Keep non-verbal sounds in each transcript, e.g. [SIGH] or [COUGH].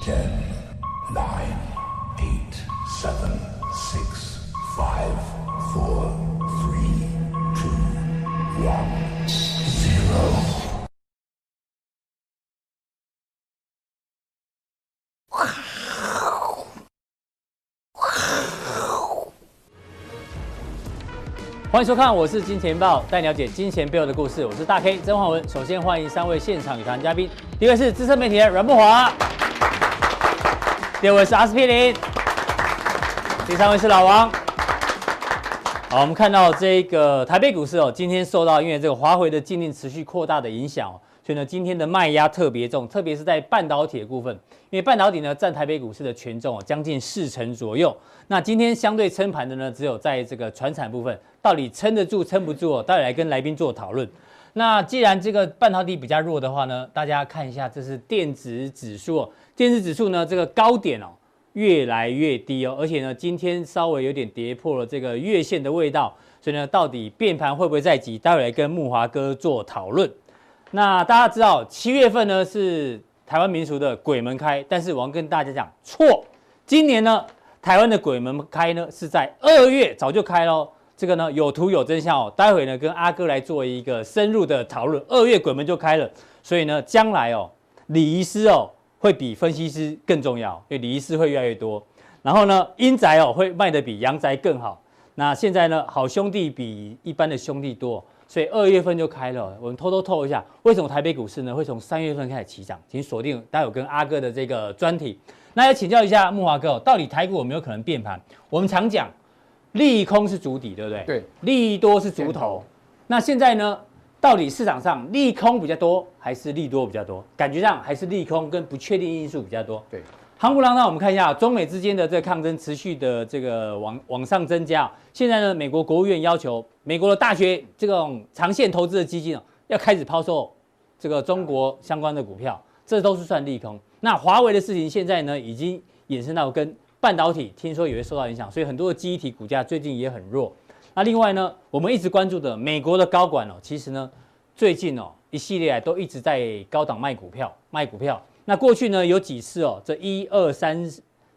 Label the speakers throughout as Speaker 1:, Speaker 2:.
Speaker 1: Ten, nine, eight, seven, six, five, four, three, two, one, zero.
Speaker 2: 欢迎收看，我是金钱豹，带你了解金钱背后的故事。我是大 K 曾焕文。首先欢迎三位现场与谈嘉宾，第一位是资深媒体人阮木华，第二位是阿司匹林，第三位是老王。好，我们看到这个台北股市哦，今天受到因为这个华为的禁令持续扩大的影响哦，所以呢，今天的卖压特别重，特别是在半导体的部分，因为半导体呢占台北股市的权重哦，将近四成左右。那今天相对撑盘的呢，只有在这个船产部分，到底撑得住撑不住哦，待会来跟来宾做讨论。那既然这个半导体比较弱的话呢，大家看一下，这是电子指数哦，电子指数呢这个高点哦，越来越低哦，而且呢，今天稍微有点跌破了这个月线的味道，所以呢，到底变盘会不会再急？待会来跟木华哥做讨论。那大家知道，七月份呢是台湾民俗的鬼门开，但是我要跟大家讲错，今年呢台湾的鬼门开呢是在二月早就开喽。这个呢有图有真相哦，待会呢跟阿哥来做一个深入的讨论。二月鬼门就开了，所以呢将来哦礼仪师哦会比分析师更重要，因为礼仪师会越来越多。然后呢，阴宅哦会卖得比阳宅更好。那现在呢，好兄弟比一般的兄弟多，所以二月份就开了。我们偷偷透一下，为什么台北股市呢会从三月份开始起涨？请锁定待会有跟阿哥的这个专题。那要请教一下木华哥、哦，到底台股有没有可能变盘？我们常讲利空是主底，对不对？
Speaker 3: 对，
Speaker 2: 利多是主头
Speaker 3: 先头。
Speaker 2: 那现在呢，到底市场上利空比较多还是利多比较多？感觉上还是利空跟不确定因素比较多。
Speaker 3: 对，
Speaker 2: 韩国浪呢，我们看一下中美之间的这个抗争持续的这个往往上增加啊。现在呢，美国国务院要求美国的大学这种长线投资的基金啊，要开始抛售这个中国相关的股票，这都是算利空。那华为的事情现在呢，已经衍生到跟半导体，听说也会受到影响，所以很多的记忆体股价最近也很弱。那另外呢，我们一直关注的美国的高管哦，其实呢，最近哦一系列都一直在高档卖股票，卖股票。那过去呢有几次哦，这一二三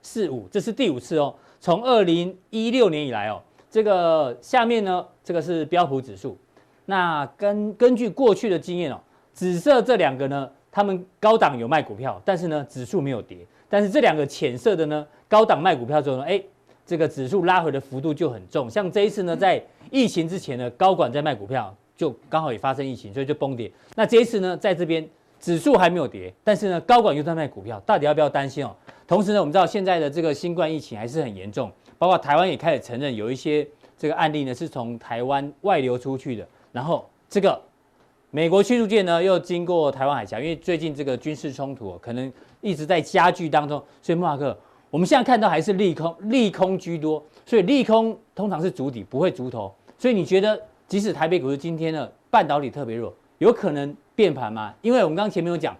Speaker 2: 四五，这是第五次哦。从二零一六年以来哦，这个下面呢，这个是标普指数。那根根据过去的经验哦，紫色这两个呢，他们高档有卖股票，但是呢指数没有跌。但是这两个浅色的呢，高档卖股票之后呢，哎，这个指数拉回的幅度就很重。像这一次呢，在疫情之前呢，高管在卖股票，就刚好也发生疫情，所以就崩跌。那这一次呢，在这边指数还没有跌，但是呢，高管又在卖股票，到底要不要担心哦？同时呢，我们知道现在的这个新冠疫情还是很严重，包括台湾也开始承认有一些这个案例呢是从台湾外流出去的，然后这个美国驱逐舰呢又经过台湾海峡，因为最近这个军事冲突、哦、可能一直在加剧当中，所以莫华克，我们现在看到还是利空，利空居多，所以利空通常是主底，不会主头。所以你觉得，即使台北股市今天呢半导体特别弱，有可能变盘吗？因为我们刚刚前面有讲，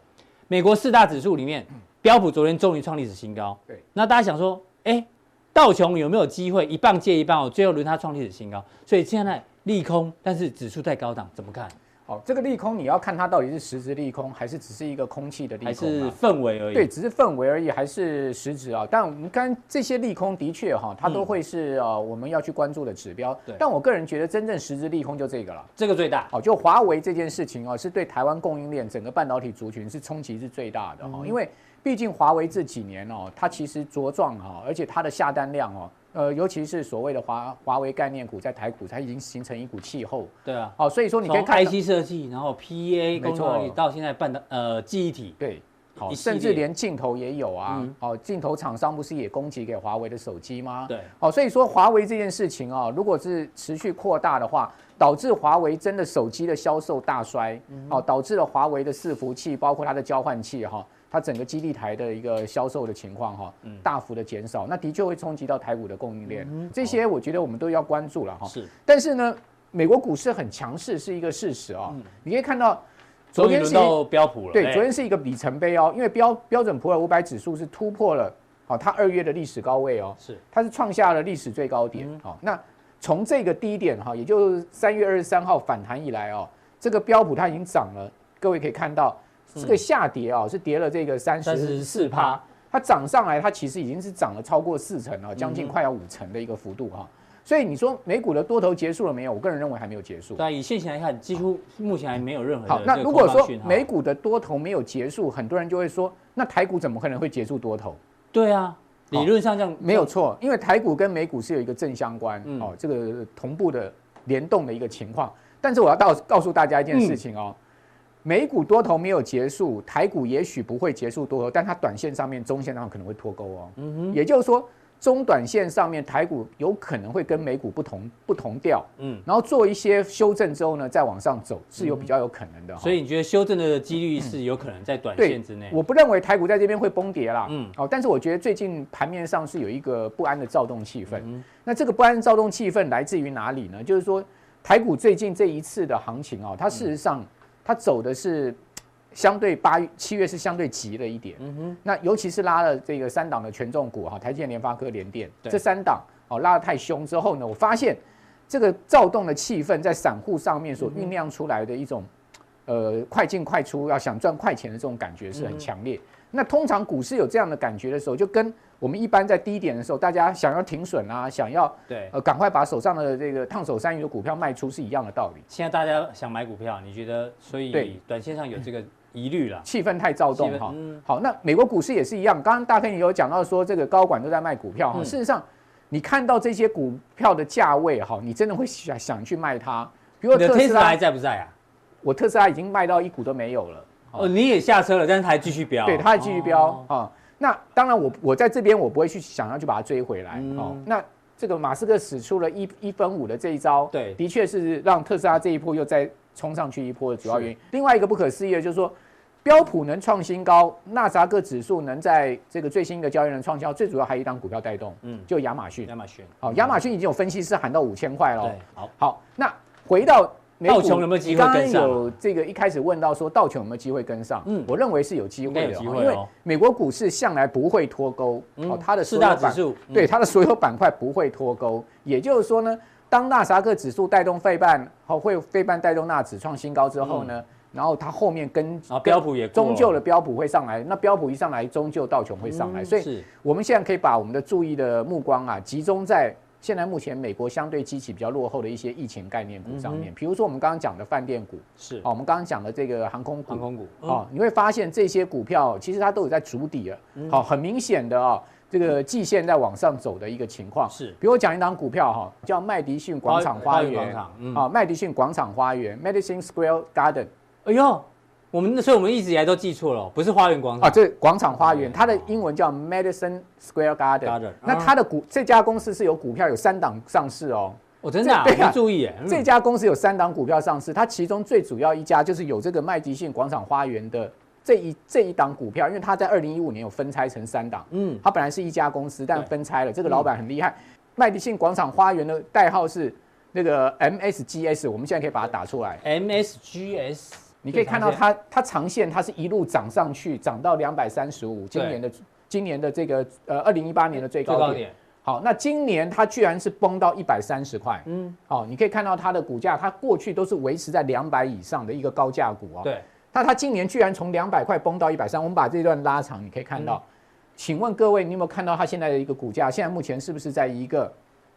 Speaker 2: 美国四大指数里面，标普昨天终于创历史新高，
Speaker 3: 对，
Speaker 2: 那大家想说，哎，道琼有没有机会一棒接一棒哦，最后轮它创历史新高？所以现在利空，但是指数在高档，怎么看？
Speaker 3: 好，哦这个利空你要看它到底是实质利空，还是只是一个空气的利
Speaker 2: 还
Speaker 3: 空
Speaker 2: 是
Speaker 3: 嘛？
Speaker 2: 氛围而已。
Speaker 3: 对，，只是氛围而已，还是实质啊？但我们看这些利空的确哈，它都会是呃我们要去关注的指标
Speaker 2: 嗯对。
Speaker 3: 但我个人觉得真正实质利空就这个了。
Speaker 2: 这个最大。
Speaker 3: 好，就华为这件事情哦，是对台湾供应链整个半导体族群是冲击是最大的哦，
Speaker 2: 嗯
Speaker 3: 因为毕竟华为这几年哦，它其实茁壮哈、而且它的下单量哦，呃，尤其是所谓的华华为概念股在台股，它已经形成一股气候。
Speaker 2: 对啊，
Speaker 3: 哦，所以说你可以
Speaker 2: 从
Speaker 3: 看到
Speaker 2: IC 设计，然后 PA
Speaker 3: 没
Speaker 2: 工
Speaker 3: 错
Speaker 2: 作能力到现在半导呃记忆体，
Speaker 3: 对，好，
Speaker 2: 一系列
Speaker 3: 甚至连镜头也有啊
Speaker 2: 嗯。
Speaker 3: 哦，镜头厂商不是也供给给华为的手机吗？
Speaker 2: 对，
Speaker 3: 哦，所以说华为这件事情啊、如果是持续扩大的话，导致华为真的手机的销售大衰，
Speaker 2: 嗯
Speaker 3: 哦，导致了华为的伺服器，包括它的交换器哈、它整个基地台的一个销售的情况哈、
Speaker 2: 嗯
Speaker 3: 大幅的减少，那的确会冲击到台股的供应链，这些我觉得我们都要关注了哈、
Speaker 2: 是
Speaker 3: 但是呢，美国股市很强势是一个事实啊、你可以看到昨
Speaker 2: 嗯终于
Speaker 3: 天
Speaker 2: 轮
Speaker 3: 是一
Speaker 2: 到标普了。
Speaker 3: 对，
Speaker 2: 哎
Speaker 3: 昨天是一个里程碑哦，因为标标准普尔五百指数是突破了哦，它二月的历史高位哦，
Speaker 2: 是
Speaker 3: 它是创下了历史最高点哦。那从这个低点哈、也就是三月二十三号反弹以来哦，这个标普它已哦经涨了，各位可以看到这个下跌啊、是跌了这个三
Speaker 2: 三
Speaker 3: 十
Speaker 2: 十四趴，
Speaker 3: 它涨上来，它其实已经是涨了超过四成啊，将近快要五成的一个幅度哈、所以你说美股的多头结束了没有？我个人认为还没有结束。
Speaker 2: 对啊，以现行来看，几乎目前还没有任何的
Speaker 3: 好，那
Speaker 2: 这个
Speaker 3: 如果
Speaker 2: 空方
Speaker 3: 说
Speaker 2: 讯号
Speaker 3: 美股的多头没有结束，很多人就会说，那台股怎么可能会结束多头？
Speaker 2: 对啊，理论上这样
Speaker 3: 没有错，因为台股跟美股是有一个正相关、
Speaker 2: 嗯
Speaker 3: 哦，这个同步的联动的一个情况。但是我要告告诉大家一件事情哦，
Speaker 2: 嗯
Speaker 3: 美股多头没有结束，台股也许不会结束多头，但它短线上面、中线上可能会脱钩哦。
Speaker 2: 嗯
Speaker 3: 也就是说，中短线上面台股有可能会跟美股不同不同调，
Speaker 2: 嗯
Speaker 3: 嗯，然后做一些修正之后呢，再往上走是有比较有可能的、哦。
Speaker 2: 所以你觉得修正的几率是有可能在短
Speaker 3: 嗯对
Speaker 2: 线之内？
Speaker 3: 我不认为台股在这边会崩跌啦。
Speaker 2: 嗯
Speaker 3: 嗯，哦，但是我觉得最近盘面上是有一个不安的躁动气
Speaker 2: 嗯
Speaker 3: 氛。那这个不安躁动气氛来自于哪里呢？就是说，台股最近这一次的行情哦，它事实
Speaker 2: 嗯
Speaker 3: 上它走的是相对八月、七月是相对急了一点。嗯哼，那尤其是拉了这个三档的权重股哈、台积电、联发科、联电
Speaker 2: 对
Speaker 3: 这三档哦，拉得太凶之后呢，我发现这个躁动的气氛在散户上
Speaker 2: 嗯
Speaker 3: 面所酝酿出来的一种。呃，快进快出，要想赚快钱的这种感觉是很强烈。那通常股市有这样的感觉的时候，就跟我们一般在低点的时候，大家想要停损啊，想要
Speaker 2: 对，
Speaker 3: 呃赶快把手上的这个烫手山芋的股票卖出是一样的道理。
Speaker 2: 现在大家想买股票，你觉得所以
Speaker 3: 对
Speaker 2: 短线上有这个疑虑啦？
Speaker 3: 气氛太躁动
Speaker 2: 气氛
Speaker 3: 哈
Speaker 2: 嗯。
Speaker 3: 好，那美国股市也是一样。刚刚大飞也有讲到说，这个高管都在卖股票哈。
Speaker 2: 嗯
Speaker 3: 事实上，你看到这些股票的价位哈，你真的会想想去卖它。比如
Speaker 2: 你的
Speaker 3: 特斯
Speaker 2: Tesla 还
Speaker 3: 拉，
Speaker 2: 在不在啊？
Speaker 3: 我特斯拉已经卖到一股都没有了。
Speaker 2: 哦，你也下车了，但是它还继续飙。
Speaker 3: 对，它还继续飙
Speaker 2: 哦
Speaker 3: 啊、那当然我，我在这边我不会去想要去把它追回来、哦
Speaker 2: 嗯。
Speaker 3: 那这个马斯克使出了一一分五的这一招，
Speaker 2: 对
Speaker 3: 的确是让特斯拉这一波又再冲上去一波的主要原因。另外一个不可思议的就是说，标普能创新高，纳斯达克指数能在这个最新的交易日创新高，最主要还有一档股票带动，
Speaker 2: 嗯
Speaker 3: 嗯，就亚马逊
Speaker 2: 亚。马逊。
Speaker 3: 好、亚马逊已经有分析师喊到五千块了哦
Speaker 2: 对。，好，
Speaker 3: 好，那回到美股
Speaker 2: 道琼有没有机会跟上
Speaker 3: 你刚刚有这个一开始问到说道琼有没有机会跟上？
Speaker 2: 嗯
Speaker 3: 嗯，我认为是有机会
Speaker 2: 应
Speaker 3: 的
Speaker 2: 该
Speaker 3: 哦，
Speaker 2: 有机会哦嗯
Speaker 3: 因为美国股市向来不会脱钩，哦，它的
Speaker 2: 四
Speaker 3: 所有
Speaker 2: 大
Speaker 3: 板
Speaker 2: 指数嗯
Speaker 3: 对它的所有板块不会脱钩。也就是说呢，当纳斯达克指数带动费半，好，会费半带动纳指创新高之后呢，然后它后面跟
Speaker 2: 然后嗯啊标普也过了
Speaker 3: 终究的标普会上来，那标普一上来，终究道琼会上来，
Speaker 2: 嗯
Speaker 3: 所以
Speaker 2: 是
Speaker 3: 我们现在可以把我们的注意的目光啊，集中在现在目前美国相对基期比较落后的一些疫情概念股
Speaker 2: 嗯
Speaker 3: 上面，比如说我们刚刚讲的饭店股，
Speaker 2: 是
Speaker 3: 哦，我们刚刚讲的这个航空股，
Speaker 2: 航空股。嗯
Speaker 3: 哦，你会发现这些股票其实它都有在筑底了，
Speaker 2: 嗯
Speaker 3: 好、很明显的啊、这个季线在往上走的一个情况
Speaker 2: 是
Speaker 3: 比如我讲一档股票哈、叫麦迪逊广场
Speaker 2: 花
Speaker 3: 花
Speaker 2: 园
Speaker 3: 园，
Speaker 2: 广场嗯
Speaker 3: 啊，麦迪逊广场花园 （Madison Square Garden），
Speaker 2: 哎呦，我们所以我们一直以来都记错了，不是花园广
Speaker 3: 啊，
Speaker 2: 场。
Speaker 3: 这广场花园，它的英文叫 Madison Square Garden。
Speaker 2: Garden，嗯
Speaker 3: 那它的股这家公司是有股票有三档上市哦，
Speaker 2: 我真的啊
Speaker 3: 这对啊
Speaker 2: 没注意耶。嗯
Speaker 3: 这家公司有三档股票上市，它其中最主要一家就是有这个麦迪逊广场花园的这一这一档股票，因为它在二零一五年有分拆成三档，
Speaker 2: 嗯
Speaker 3: 它本来是一家公司，但
Speaker 2: 对嗯
Speaker 3: 分拆了。这个老板很厉害，麦迪逊广场花园的代号是那个 MSGS，我们现在可以把它打出来。
Speaker 2: ，MSGS，
Speaker 3: [LAUGHS] 你可以看到它，它长线它是一路涨上去，涨到两百三十五，今
Speaker 2: 对
Speaker 3: 年的今年的这个呃二零一八年的最
Speaker 2: 最
Speaker 3: 高
Speaker 2: 高
Speaker 3: 点。
Speaker 2: 点，
Speaker 3: 好，那今年它居然是崩到一百三十块，
Speaker 2: 嗯
Speaker 3: 嗯，好，你可以看到它的股价，它过去都是维持在两百以上的一个高价股哦。，
Speaker 2: 对，
Speaker 3: 那它今年居然从两百块崩到一百三，我们把这段拉长，你可以看到，请问各位，你有没有看到它现在的一个股价？现在目前是不是在一个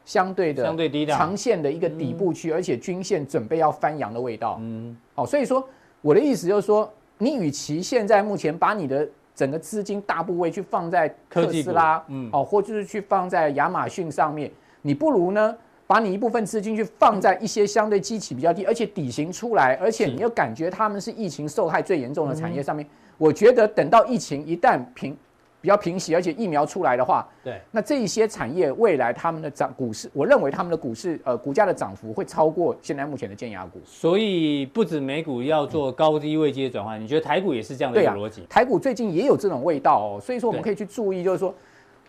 Speaker 3: 相对的
Speaker 2: 相对低档
Speaker 3: 长线的一个底部区，而且均线准备要翻扬的味道？
Speaker 2: 嗯，
Speaker 3: 好，所以说我的意思就是说，你与其现在目前把你的整个资金大部位去放在
Speaker 2: 科
Speaker 3: 特
Speaker 2: 技
Speaker 3: 斯
Speaker 2: 股
Speaker 3: 拉，
Speaker 2: 嗯
Speaker 3: 嗯，哦，或就是去放在亚马逊上面，你不如呢，把你一部分资金去放在一些相对基期比较低，而且底型出来，而且你又感觉他们是疫情受害最严重的产业上面，我觉得等到疫情一旦平比较平息，而且疫苗出来的话，
Speaker 2: 对，
Speaker 3: 那这一些产业未来他们的涨股市，我认为他们的股市呃股价的涨幅会超过现在目前的建牙股。
Speaker 2: 所以不止美股要做高低位阶转换，你觉得台股也是这样的一
Speaker 3: 对啊
Speaker 2: 个
Speaker 3: 呀，
Speaker 2: 逻辑？
Speaker 3: 台股最近也有这种味道哦，所以说我们可以去注意，就是说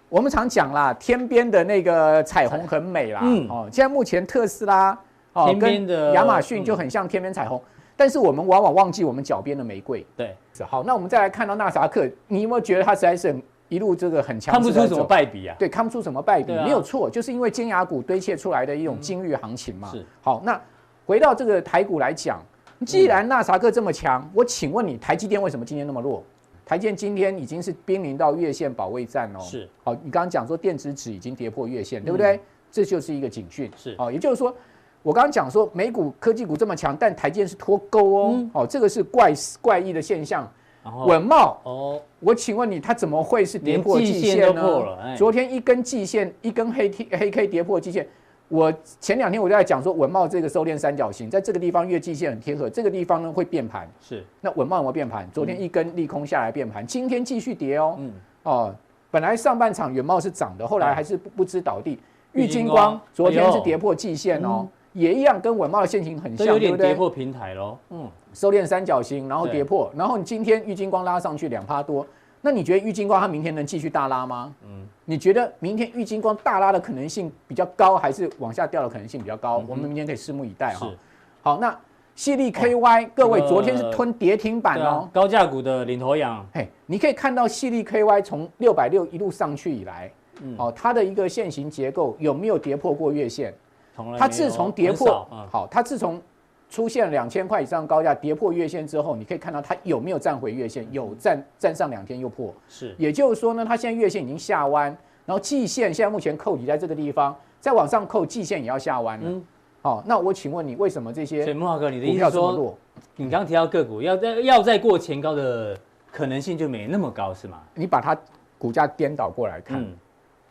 Speaker 3: 我们常讲啦，天边的那个彩虹很美啦，
Speaker 2: 嗯
Speaker 3: 哦，现在目前特斯拉哦
Speaker 2: 天边
Speaker 3: 跟
Speaker 2: 的嗯
Speaker 3: 亚马逊就很像天边彩虹，但是我们往往忘记我们脚边的玫瑰。
Speaker 2: 对，
Speaker 3: 是好，那我们再来看到纳斯达克，你有没有觉得它实在是很一路这个很强
Speaker 2: 看不
Speaker 3: 势地走？
Speaker 2: 出什么败笔啊。
Speaker 3: 对，看不出什么败笔，
Speaker 2: 对啊
Speaker 3: 没有错，就是因为尖牙股堆砌出来的一种金玉行情嘛。
Speaker 2: 是
Speaker 3: 好，那回到这个台股来讲，既然纳斯达克这么强，我请问你，台积电为什么今天那么弱？台建今天已经是濒临到月线保卫战哦。
Speaker 2: 是，嗯
Speaker 3: 好，你刚刚讲说电子纸已经跌破月线，对不对？这就是一个警讯。
Speaker 2: 是
Speaker 3: 好，也就是说，我刚刚讲说美股科技股这么强，但台建是脱钩哦
Speaker 2: 嗯。
Speaker 3: 哦，这个是怪怪异的现象。
Speaker 2: 然后
Speaker 3: 稳茂，
Speaker 2: 哦，
Speaker 3: 我请问你，它怎么会是跌破
Speaker 2: 连
Speaker 3: 季
Speaker 2: 季线
Speaker 3: 线
Speaker 2: 都
Speaker 3: 呢？
Speaker 2: 破了哎
Speaker 3: 昨天一根季线，一根黑 T 黑 K 跌破季线。我前两天我就在讲说，文茂这个收敛三角形，在这个地方月季线很贴合，这个地方呢会变盘。
Speaker 2: 是，
Speaker 3: 那文茂有没有变盘？昨天一根利空下来变盘，今天继续跌哦。
Speaker 2: 嗯，
Speaker 3: 哦，本来上半场元茂是涨的，后来还是不不知倒地。
Speaker 2: 玉
Speaker 3: 玉
Speaker 2: 金
Speaker 3: 金
Speaker 2: 光
Speaker 3: 光昨天
Speaker 2: 哎
Speaker 3: 是
Speaker 2: 呦
Speaker 3: 跌破季线哦，也一样跟文茂的线型很
Speaker 2: 这
Speaker 3: 像，
Speaker 2: 有
Speaker 3: 对
Speaker 2: 点
Speaker 3: 不
Speaker 2: 跌
Speaker 3: 对？
Speaker 2: 破平台喽。嗯，
Speaker 3: 收敛三角形，然后
Speaker 2: 对
Speaker 3: 跌破，然后你今天玉金光拉上去两趴多，那你觉得玉金光它明天能继续大拉吗？嗯，你觉得明天玉金光大拉的可能性比较高，还是往下掉的可能性比较高？我们明天可以拭目以待哈
Speaker 2: 嗯是。，哦
Speaker 3: 好，那犀利 KY，、各位
Speaker 2: 这个
Speaker 3: 昨天是吞跌停板
Speaker 2: 对啊，。
Speaker 3: 哦
Speaker 2: 高价股的领头羊，
Speaker 3: 嘿，你可以看到细粒 KY 从六百六一路上去以来，
Speaker 2: 嗯
Speaker 3: 哦，它的一个线形结构有没有跌破过月线？
Speaker 2: 从来没有
Speaker 3: 它自从跌破
Speaker 2: 哎很少，嗯
Speaker 3: 好，它自从出现两千块以上高价跌破月线之后，你可以看到它有没有站回月线？有站站上两天又破，
Speaker 2: 是
Speaker 3: 也就是说呢，它现在月线已经下弯，然后季线现在目前扣底在这个地方，再往上扣季线也要下弯了
Speaker 2: 嗯。
Speaker 3: 好，那我请问你为什么这
Speaker 2: 所以
Speaker 3: 些
Speaker 2: 木华哥，你的
Speaker 3: 股
Speaker 2: 意
Speaker 3: 票
Speaker 2: 思
Speaker 3: 这么
Speaker 2: 说，
Speaker 3: 弱？
Speaker 2: 你刚提到个股要再要再过前高的可能性就没那么高，是吗？
Speaker 3: 你把它股价颠倒过来看。
Speaker 2: 嗯，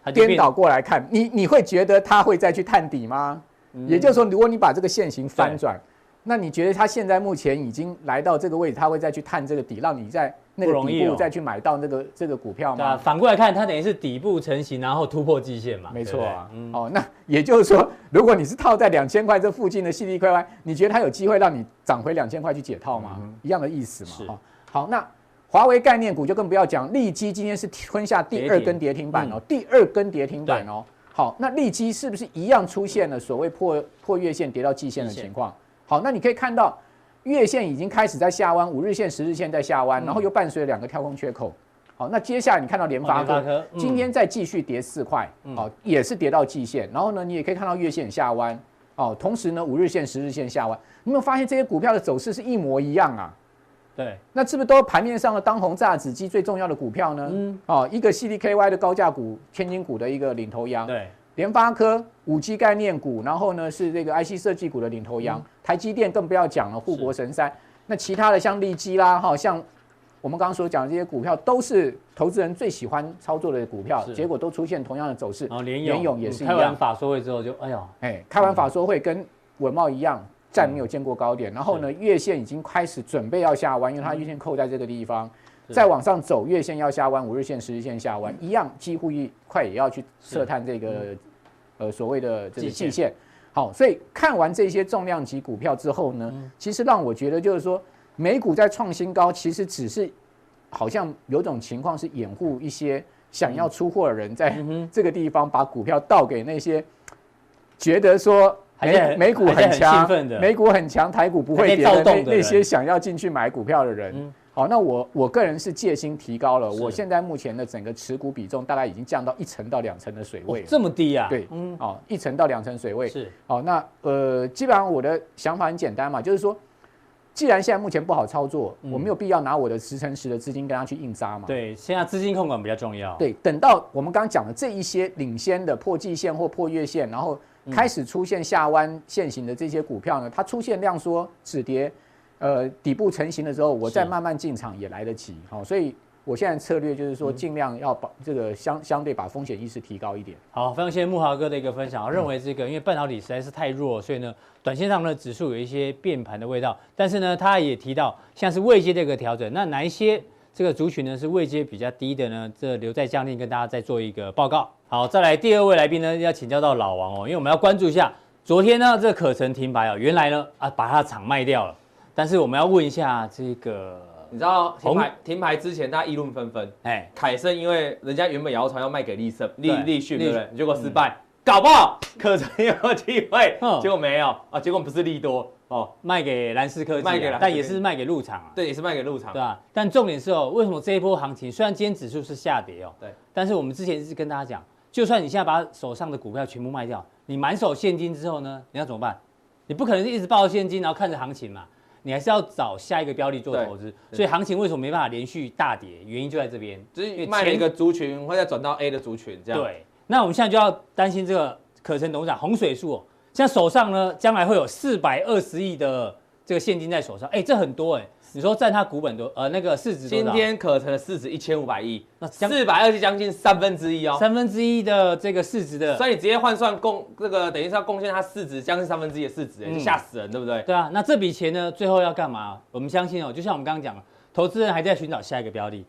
Speaker 2: 它就
Speaker 3: 颠
Speaker 2: 变
Speaker 3: 倒过来看，你你会觉得它会再去探底吗？
Speaker 2: 嗯
Speaker 3: 也就是说，如果你把这个线型翻转，那你觉得它现在目前已经来到这个位置，它会再去探这个底，让你在那
Speaker 2: 不
Speaker 3: 个
Speaker 2: 容易
Speaker 3: 底部
Speaker 2: 哦
Speaker 3: 再去买到那个这个股票
Speaker 2: 对啊，
Speaker 3: 吗？
Speaker 2: 反过来看，它等于是底部成型，然后突破季线嘛。
Speaker 3: 没
Speaker 2: 对
Speaker 3: 错
Speaker 2: 不对
Speaker 3: 啊
Speaker 2: 嗯，，
Speaker 3: 哦，那也就是说，如果你是套在两千块这附近的细粒块外，你觉得它有机会让你涨回两千块去解套吗？一样的意思
Speaker 2: 是
Speaker 3: 嘛。哦，好，那华为概念股就更不要讲，利基今天是吞下第二根跌停板哦，第二根跌停板哦。好，那利基是不是一样出现了所谓破破月线跌到季线的
Speaker 2: 季线
Speaker 3: 情况？好，那你可以看到月线已经开始在下弯，五日线、十日线在下
Speaker 2: 嗯
Speaker 3: 弯，然后又伴随了两个跳空缺口。好，那接下来你看到联发
Speaker 2: 哦联发科
Speaker 3: 科
Speaker 2: 嗯
Speaker 3: 今天再继续跌四块，哦，也是跌到季线。然后呢，你也可以看到月线下弯，哦，同时呢，五日线、十日线下弯。你有没有发现这些股票的走势是一模一样啊？
Speaker 2: 对，
Speaker 3: 那是不是都是盘面上的当红炸子鸡最重要的股票呢？
Speaker 2: 嗯
Speaker 3: 哦，一个 CDKY 的高价股，千金股的一个领头羊，
Speaker 2: 对，
Speaker 3: 联发科五 G 概念股，然后呢是这个 IC 设计股的领头羊，台积电更不要讲了，护国神山。那其他的像利基啦，哈，像我们刚刚所讲的这些股票，都是投资人最喜欢操作的股票
Speaker 2: 是，
Speaker 3: 结果都出现同样的走势
Speaker 2: 然。后哦联
Speaker 3: 联
Speaker 2: 勇
Speaker 3: 咏也是一
Speaker 2: 开完
Speaker 3: 样，
Speaker 2: 法说会之后就，哎呦，
Speaker 3: 哎，开完法说会跟文茂一样，再没有见过高点。然后呢，月线已经开始准备要下弯，因为它月线扣在这个地方，
Speaker 2: 是
Speaker 3: 再往上走，月线要下弯，五日线、十日线下弯，一样几乎一快也要去测探这个呃所谓的这
Speaker 2: 季
Speaker 3: 个
Speaker 2: 线
Speaker 3: 季线。好，所以看完这些重量级股票之后呢，其实让我觉得就是说，美股在创新高，其实只是好像有种情况是掩护一些想要出货的人在
Speaker 2: 嗯哼
Speaker 3: 这个地方把股票倒给那些觉得说哎
Speaker 2: 还在
Speaker 3: 美美股
Speaker 2: 还在
Speaker 3: 很
Speaker 2: 很兴
Speaker 3: 强
Speaker 2: 奋的，
Speaker 3: 美股很强，台股不
Speaker 2: 还在
Speaker 3: 会跌
Speaker 2: 躁
Speaker 3: 的
Speaker 2: 动
Speaker 3: 那
Speaker 2: 的人
Speaker 3: 那些想要进去买股票的人
Speaker 2: 嗯。
Speaker 3: 好，那我我个人是戒心提高了，
Speaker 2: 是
Speaker 3: 我现在目前的整个持股比重大概已经降到一成到两成的水
Speaker 2: 哦
Speaker 3: 位了。
Speaker 2: 这么低啊？
Speaker 3: 对，
Speaker 2: 嗯，
Speaker 3: 哦，一成到两成水位。
Speaker 2: 是，
Speaker 3: 好，那呃，基本上我的想法很简单嘛，就是说，既然现在目前不好操作，
Speaker 2: 嗯
Speaker 3: 我没有必要拿我的十乘十的资金跟它去硬扎嘛。
Speaker 2: 对，现在资金控管比较重要。，
Speaker 3: 对，等到我们刚刚讲的这一些领先的破季线或破月线，然后
Speaker 4: 嗯
Speaker 3: 开始出现下弯线型的这些股票呢，它出现量缩止跌，呃，底部成型的时候，我再
Speaker 2: 是
Speaker 3: 慢慢进场也来得及。好、所以我现在策略就是说，
Speaker 4: 嗯
Speaker 3: 尽量要把这个相相对把风险意识提高一点。
Speaker 2: 好，非常谢谢木华哥的一个分享。我认为这个因为半导体实在是太弱，所以呢，短线上呢指数有一些变盘的味道。但是呢，他也提到像是位阶的一个调整，那哪一些这个族群呢是位阶比较低的呢？这留在将令跟大家再做一个报告。好，再来第二位来宾呢，要请教到老王哦，因为我们要关注一下昨天呢这可成停牌哦，原来呢啊把它的厂卖掉了，但是我们要问一下这个
Speaker 5: 你知道停
Speaker 2: 红
Speaker 5: 牌停牌之前，大家议论纷纷。
Speaker 2: 哎
Speaker 5: 凯盛因为人家原本谣传要卖给立盛、立
Speaker 2: 对
Speaker 5: 立讯，
Speaker 2: 立
Speaker 5: 对不对？结果失败，搞不好可成有机会
Speaker 2: 嗯，
Speaker 5: 结果没有啊，结果不是利多哦，
Speaker 2: 卖给蓝思科技啊、
Speaker 5: 卖给蓝思
Speaker 2: 但
Speaker 5: 科
Speaker 2: 也
Speaker 5: 技
Speaker 2: 是卖给入场啊。
Speaker 5: 对，也是卖给入场
Speaker 2: 对。啊，但重点是哦，为什么这一波行情虽然今天指数是下跌哦，
Speaker 5: 对，
Speaker 2: 但是我们之前是跟大家讲，就算你现在把手上的股票全部卖掉，你满手现金之后呢，你要怎么办？你不可能一直抱着现金，然后看着行情嘛，你还是要找下一个标的做
Speaker 5: 对
Speaker 2: 投资。
Speaker 5: 对
Speaker 2: 所以行情为什么没办法连续大跌，原因就在这边。
Speaker 5: 就是
Speaker 2: 为
Speaker 5: 卖了一
Speaker 2: 前
Speaker 5: 个族群，会再转到 A 的族群，这样。
Speaker 2: 对，那我们现在就要担心这个可成董事长洪水树哦，现在手上呢将来会有四百二十亿的这个现金在手上，哎，这很多哎，你说占他股本多呃那个市值多
Speaker 5: 今
Speaker 2: 少？
Speaker 5: 天可成的市值一千五百亿，
Speaker 2: 那将
Speaker 5: 四百二十将近三分之一哦。
Speaker 2: 三分之一的这个市值的，
Speaker 5: 所以你直接换算贡这个等于是要贡献它市值将近三分之一的市值，哎
Speaker 2: 嗯
Speaker 5: 就吓死人，对不对？
Speaker 2: 对啊，那这笔钱呢最后要干嘛？我们相信哦，就像我们刚刚讲了，投资人还在寻找下一个标的。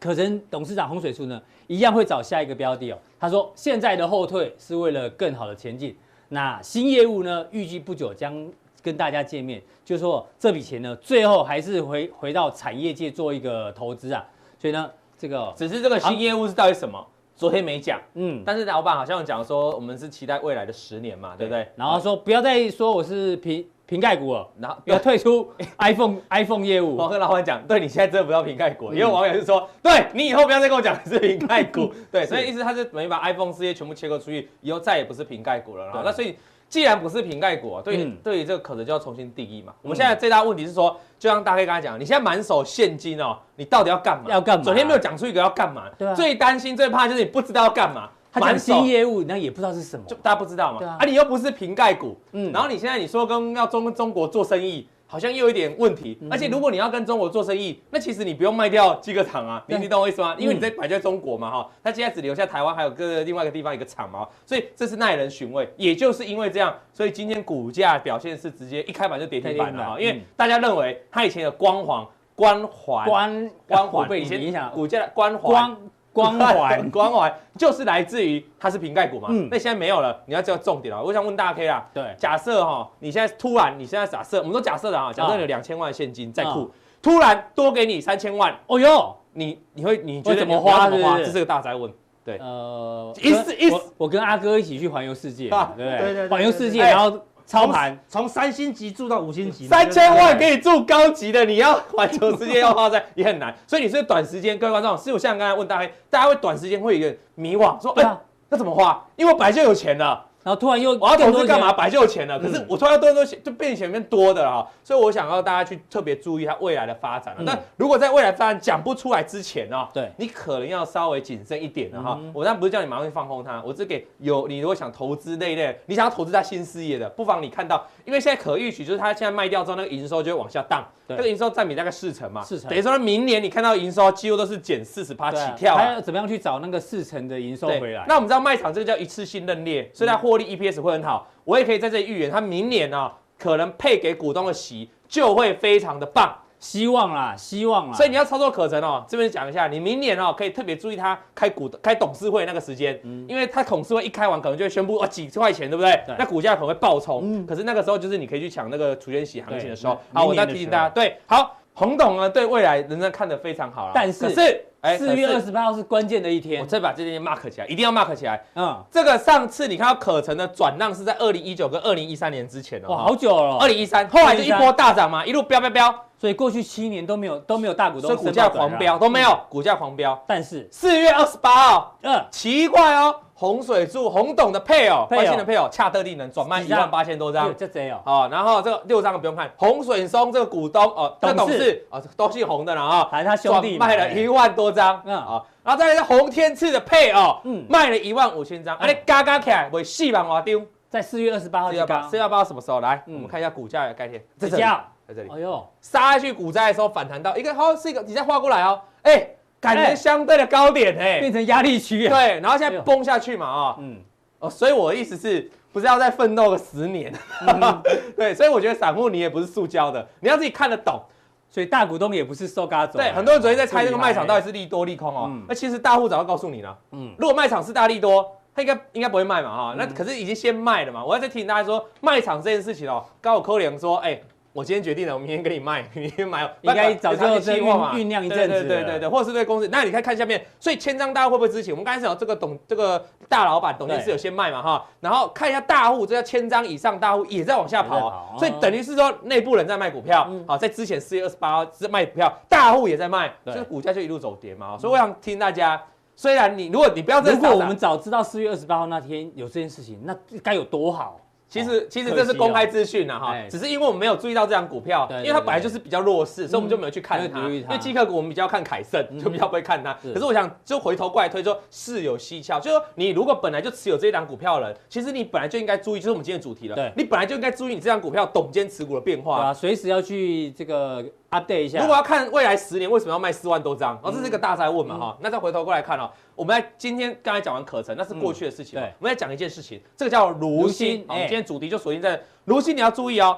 Speaker 2: 可成董事长洪水树呢，一样会找下一个标的哦。他说，现在的后退是为了更好的前进。那新业务呢，预计不久将跟大家见面。就说这笔钱呢，最后还是回回到产业界做一个投资啊。所以呢，这个
Speaker 5: 只是这个
Speaker 2: 好
Speaker 5: 新业务是到底什
Speaker 2: 啊
Speaker 5: 么，昨天没讲，
Speaker 2: 嗯，
Speaker 5: 但是老板好像有讲说我们是期待未来的十年嘛，对不对？
Speaker 2: 然后说不要再说我是瓶瓶盖股哦了，
Speaker 5: 然后
Speaker 2: 要退出 iPhone
Speaker 5: [LAUGHS]
Speaker 2: iPhone 业务
Speaker 5: 我。跟老板讲，对你现在真的不要瓶盖
Speaker 2: 嗯
Speaker 5: 股，因为网友是说，对你以后不要再跟我讲你是瓶盖
Speaker 2: [LAUGHS]
Speaker 5: 股，对，所以意思他是等于把 iPhone 事业全部切割出去，以后再也不是瓶盖股了。然后
Speaker 2: 对
Speaker 5: 那所以既然不是瓶盖股啊，对
Speaker 2: 嗯
Speaker 5: 对于这个可能就要重新定义嘛。我们现在最大问题是说，就像大黑刚才讲，你现在满手现金哦，你到底要干嘛？
Speaker 2: 要干嘛
Speaker 5: 昨天没有讲出一个要干嘛
Speaker 2: 对啊，
Speaker 5: 最担心最怕就是你不知道要干嘛，
Speaker 2: 他讲
Speaker 5: 手
Speaker 2: 新业务，那也不知道是什么
Speaker 5: 就。大家不知道嘛，
Speaker 2: 对啊
Speaker 5: 啊你又不是瓶盖股，
Speaker 2: 嗯
Speaker 5: 嗯，然后你现在你说跟要中跟中国做生意，好像又有一点问题，
Speaker 2: 嗯
Speaker 5: 而且如果你要跟中国做生意，那其实你不用卖掉基个厂啊，你
Speaker 2: 对
Speaker 5: 你懂我意思吗？因为你
Speaker 2: 嗯
Speaker 5: 在摆在中国嘛哈，他现在只留下台湾还有个另外一个地方一个厂嘛，所以这是耐人寻味。也就是因为这样，所以今天股价表现是直接一开盘就跌停板了
Speaker 2: 跌停
Speaker 5: 哈，
Speaker 2: 板嗯
Speaker 5: 因为大家认为它以前有光环、光环、
Speaker 2: 光
Speaker 5: 光环
Speaker 2: 被
Speaker 5: 以前
Speaker 2: 你影响了，
Speaker 5: 股价的光环
Speaker 2: 光光
Speaker 5: [LAUGHS]
Speaker 2: 环
Speaker 5: 光环就是来自于它是瓶盖股嘛。
Speaker 2: 嗯
Speaker 5: 那现在没有了，你要知道重点了。我想问大 K 啦，
Speaker 2: 对
Speaker 5: 假设哈，你现在突然，你现在假设，我们都假设的啊，假设
Speaker 2: 啊
Speaker 5: 你有两千万现金在
Speaker 2: 啊
Speaker 5: 库，突然多给你三千万，
Speaker 2: 哦哟，
Speaker 5: 你你会你觉
Speaker 2: 我
Speaker 5: 得
Speaker 2: 怎么
Speaker 5: 你要
Speaker 2: 花
Speaker 5: 怎么花？
Speaker 2: 是不是
Speaker 5: 这是个大灾问。对
Speaker 2: 呃，
Speaker 5: 一
Speaker 2: 跟
Speaker 5: 四一四
Speaker 2: 我我跟阿哥一起去环游世界嘛，
Speaker 5: 啊
Speaker 2: 对不
Speaker 4: 对对对
Speaker 2: 对？环游世界，
Speaker 5: 对哎
Speaker 2: 然后操盘，
Speaker 4: 从三星级住到五星级，
Speaker 5: 三千万给你住高级的，你要环球世界要花在 [LAUGHS] 也很难，所以你是短时间，各位观众，是我像刚才问大家，大家会短时间会有一个迷惘，说
Speaker 2: 对
Speaker 5: 哎、
Speaker 2: 啊
Speaker 5: 那怎么花？因为我本来就有钱了，
Speaker 2: 然后突然又
Speaker 5: 我要投
Speaker 2: 更多钱
Speaker 5: 资干嘛？？本来就有钱了，可是
Speaker 2: 嗯
Speaker 5: 我突然多多钱就变钱变多的了哈，所以我想要大家去特别注意它未来的发展了。
Speaker 2: 嗯
Speaker 5: 那如果在未来发展讲不出来之前呢，
Speaker 2: 对
Speaker 5: 你可能要稍微谨慎一点了哈
Speaker 2: 嗯。
Speaker 5: 我当然不是叫你马上去放空它，我只给有你如果想投资那一类，你想要投资在新事业的，不妨你看到，因为现在可预期就是它现在卖掉之后，那个营收就会往下荡，
Speaker 2: 对
Speaker 5: 那个营收占比大概四成嘛，
Speaker 2: 四成
Speaker 5: 等于说明年你看到营收几乎都是减四十趴起
Speaker 2: 对啊
Speaker 5: 跳啊，
Speaker 2: 还要怎么样去找那个四成的营收
Speaker 5: 对，
Speaker 2: 回来？嗯
Speaker 5: 那我们知道卖场这个叫一次性认列，所以它获利 EPS 会很好。我也可以在这里预言，它明年呢、可能配给股东的息就会非常的棒。
Speaker 2: 希望啦，希望啦。
Speaker 5: 所以你要操作可成哦，这边讲一下，你明年哦可以特别注意它开股开董事会那个时间，因为它董事会一开完，可能就会宣布哦几块钱，对不对？
Speaker 2: 嗯对嗯
Speaker 5: 那股价可能会暴冲，可是那个时候就是你可以去抢那个除权息行情的时候
Speaker 2: 对。
Speaker 5: 好，我
Speaker 2: 明年
Speaker 5: 再
Speaker 2: 的
Speaker 5: 提醒
Speaker 2: 时
Speaker 5: 大
Speaker 2: 候
Speaker 5: 家，对，好，洪董呢对未来仍然看得非常好啦
Speaker 2: 但是
Speaker 5: 可是哎
Speaker 2: 四月
Speaker 5: 可
Speaker 2: 二
Speaker 5: 是
Speaker 2: 十八号是关键的一天
Speaker 5: 我，再把这件 mark 起来，一定要 mark 起来。
Speaker 2: 嗯，
Speaker 5: 这个上次你看到可成的转让是在二零一九跟二零一三年之前哦，
Speaker 2: 哇，好久
Speaker 5: 二
Speaker 2: 了，
Speaker 5: 零一三，后来就一波大涨嘛，一路飙飙飙，
Speaker 2: 所以过去七年都没有都没有大股东
Speaker 5: 所以
Speaker 2: 申报
Speaker 5: 股价
Speaker 2: 转让
Speaker 5: 狂飙，都没
Speaker 2: 嗯
Speaker 5: 有，股价狂飙。
Speaker 2: 啊但是，
Speaker 5: 四月二十八号，
Speaker 2: 嗯，
Speaker 5: 奇怪哦，洪水柱洪董的配偶，
Speaker 2: 配偶
Speaker 5: 关心的配偶，恰特定能转卖
Speaker 2: 几
Speaker 5: 一
Speaker 2: 张
Speaker 5: 万八千多张
Speaker 2: 有。这贼哦，
Speaker 5: 好、然后这个六张不用看，洪水松这个股东哦，这个
Speaker 2: 董
Speaker 5: 董
Speaker 2: 事
Speaker 5: 事哦，都姓洪的了啊、
Speaker 2: 还是他兄弟嘛
Speaker 5: 转卖了
Speaker 2: 哎
Speaker 5: 一万多张啊、
Speaker 2: 嗯
Speaker 5: 然后再来是洪天赐的配偶，
Speaker 2: 嗯
Speaker 5: 嗯，卖了一万五千张，
Speaker 2: 嗯
Speaker 5: 哎、你嘎嘎起来，为四万瓦丢，
Speaker 2: 在四月二十八号
Speaker 5: 四
Speaker 2: 就
Speaker 5: 幺八，
Speaker 2: 刚
Speaker 5: 四，幺八什么时候来？
Speaker 2: 嗯
Speaker 5: 我们看一下股价的概念，
Speaker 2: 这
Speaker 5: 里
Speaker 2: 家，
Speaker 5: 在哎啊这里
Speaker 2: 哎呦，
Speaker 5: 杀下去股灾的时候反弹到一个，好、是一个，你再画过来哦，哎、感
Speaker 2: 哎
Speaker 5: 觉相对的高点哎、
Speaker 2: 变成压力区啊，
Speaker 5: 对，然后现
Speaker 2: 哎
Speaker 5: 在
Speaker 2: 呦
Speaker 5: 崩下去嘛啊、哦
Speaker 2: 嗯，
Speaker 5: 哦，所以我的意思是，不是要再奋斗个十年？
Speaker 2: 嗯
Speaker 5: [LAUGHS] 对，所以我觉得散户你也不是塑胶的，你要自己看得懂。
Speaker 2: 所以大股东也不是收嘎走啊，
Speaker 5: 对，很多人昨天在猜这个卖场到
Speaker 2: 底。
Speaker 5: 底是利多利空哦
Speaker 2: 嗯。
Speaker 5: 那其实大户早就告诉你了，
Speaker 2: 嗯
Speaker 5: 嗯，如果卖场是大利多，他应该应该不会卖嘛哈。那可是已经先卖了嘛。我要再提醒大家说，卖场这件事情哦，刚好扣连说，哎。我今天决定了，我明天给你卖， [LAUGHS] 明天买，哦
Speaker 2: 应该早就
Speaker 5: 有希望嘛
Speaker 2: 在酝酿一阵子了
Speaker 5: 对对对对对，或者是对公司。那你看看下面，所以千张大户会不会知情？我们刚才讲这个董这个大老板董监事有先卖嘛哈，然后看一下大户，这叫千张以上大户也在往下跑
Speaker 2: 也在
Speaker 5: 哦
Speaker 2: 跑，
Speaker 5: 所以
Speaker 2: 哦
Speaker 5: 等于是说内部人在卖股票，好、
Speaker 2: 嗯
Speaker 5: 在之前四月二十八号是卖股票，大户也在卖，
Speaker 2: 对
Speaker 5: 所以股价就一路走跌嘛。哦所以我想听大家，虽然你如果你不要这
Speaker 2: 如果我们早知道四月二十八号那天有这件事情，那该有多好！啊
Speaker 5: 其实其实这是公开资讯了哈
Speaker 2: 哎，
Speaker 5: 只是因为我们没有注意到这张股票，
Speaker 2: 对对嗯
Speaker 5: 因为它本来就是比较弱势，所以我们就没有去看
Speaker 2: 没
Speaker 5: 它。
Speaker 2: 有留意
Speaker 5: 因
Speaker 2: 它嗯
Speaker 5: 为基克股我们比较看凯盛，就比较不会看它。
Speaker 2: 是
Speaker 5: 可是我想就回头过来推说，事有蹊跷，就是说你如果本来就持有这一档股票的人，其实你本来就应该注意，就是我们今天的主题了。
Speaker 2: 对
Speaker 5: 你本来就应该注意你这张股票董监持股的变
Speaker 2: 对
Speaker 5: 化。
Speaker 2: 啊，随时要去这个 update 一下。
Speaker 5: 如果要看未来十年为什么要卖四万多张，
Speaker 2: 嗯
Speaker 5: 哦，这是一个大灾问嘛哈。那再回头过来看哦，我们在今天刚才讲完可成，那是过去的事情嘛。
Speaker 2: 嗯对
Speaker 5: 我们在讲一件事情，这个叫
Speaker 2: 如
Speaker 5: 如
Speaker 2: 新
Speaker 5: 新。好，
Speaker 2: 哎
Speaker 5: 我们今天主题就锁定在如新，你要注意哦。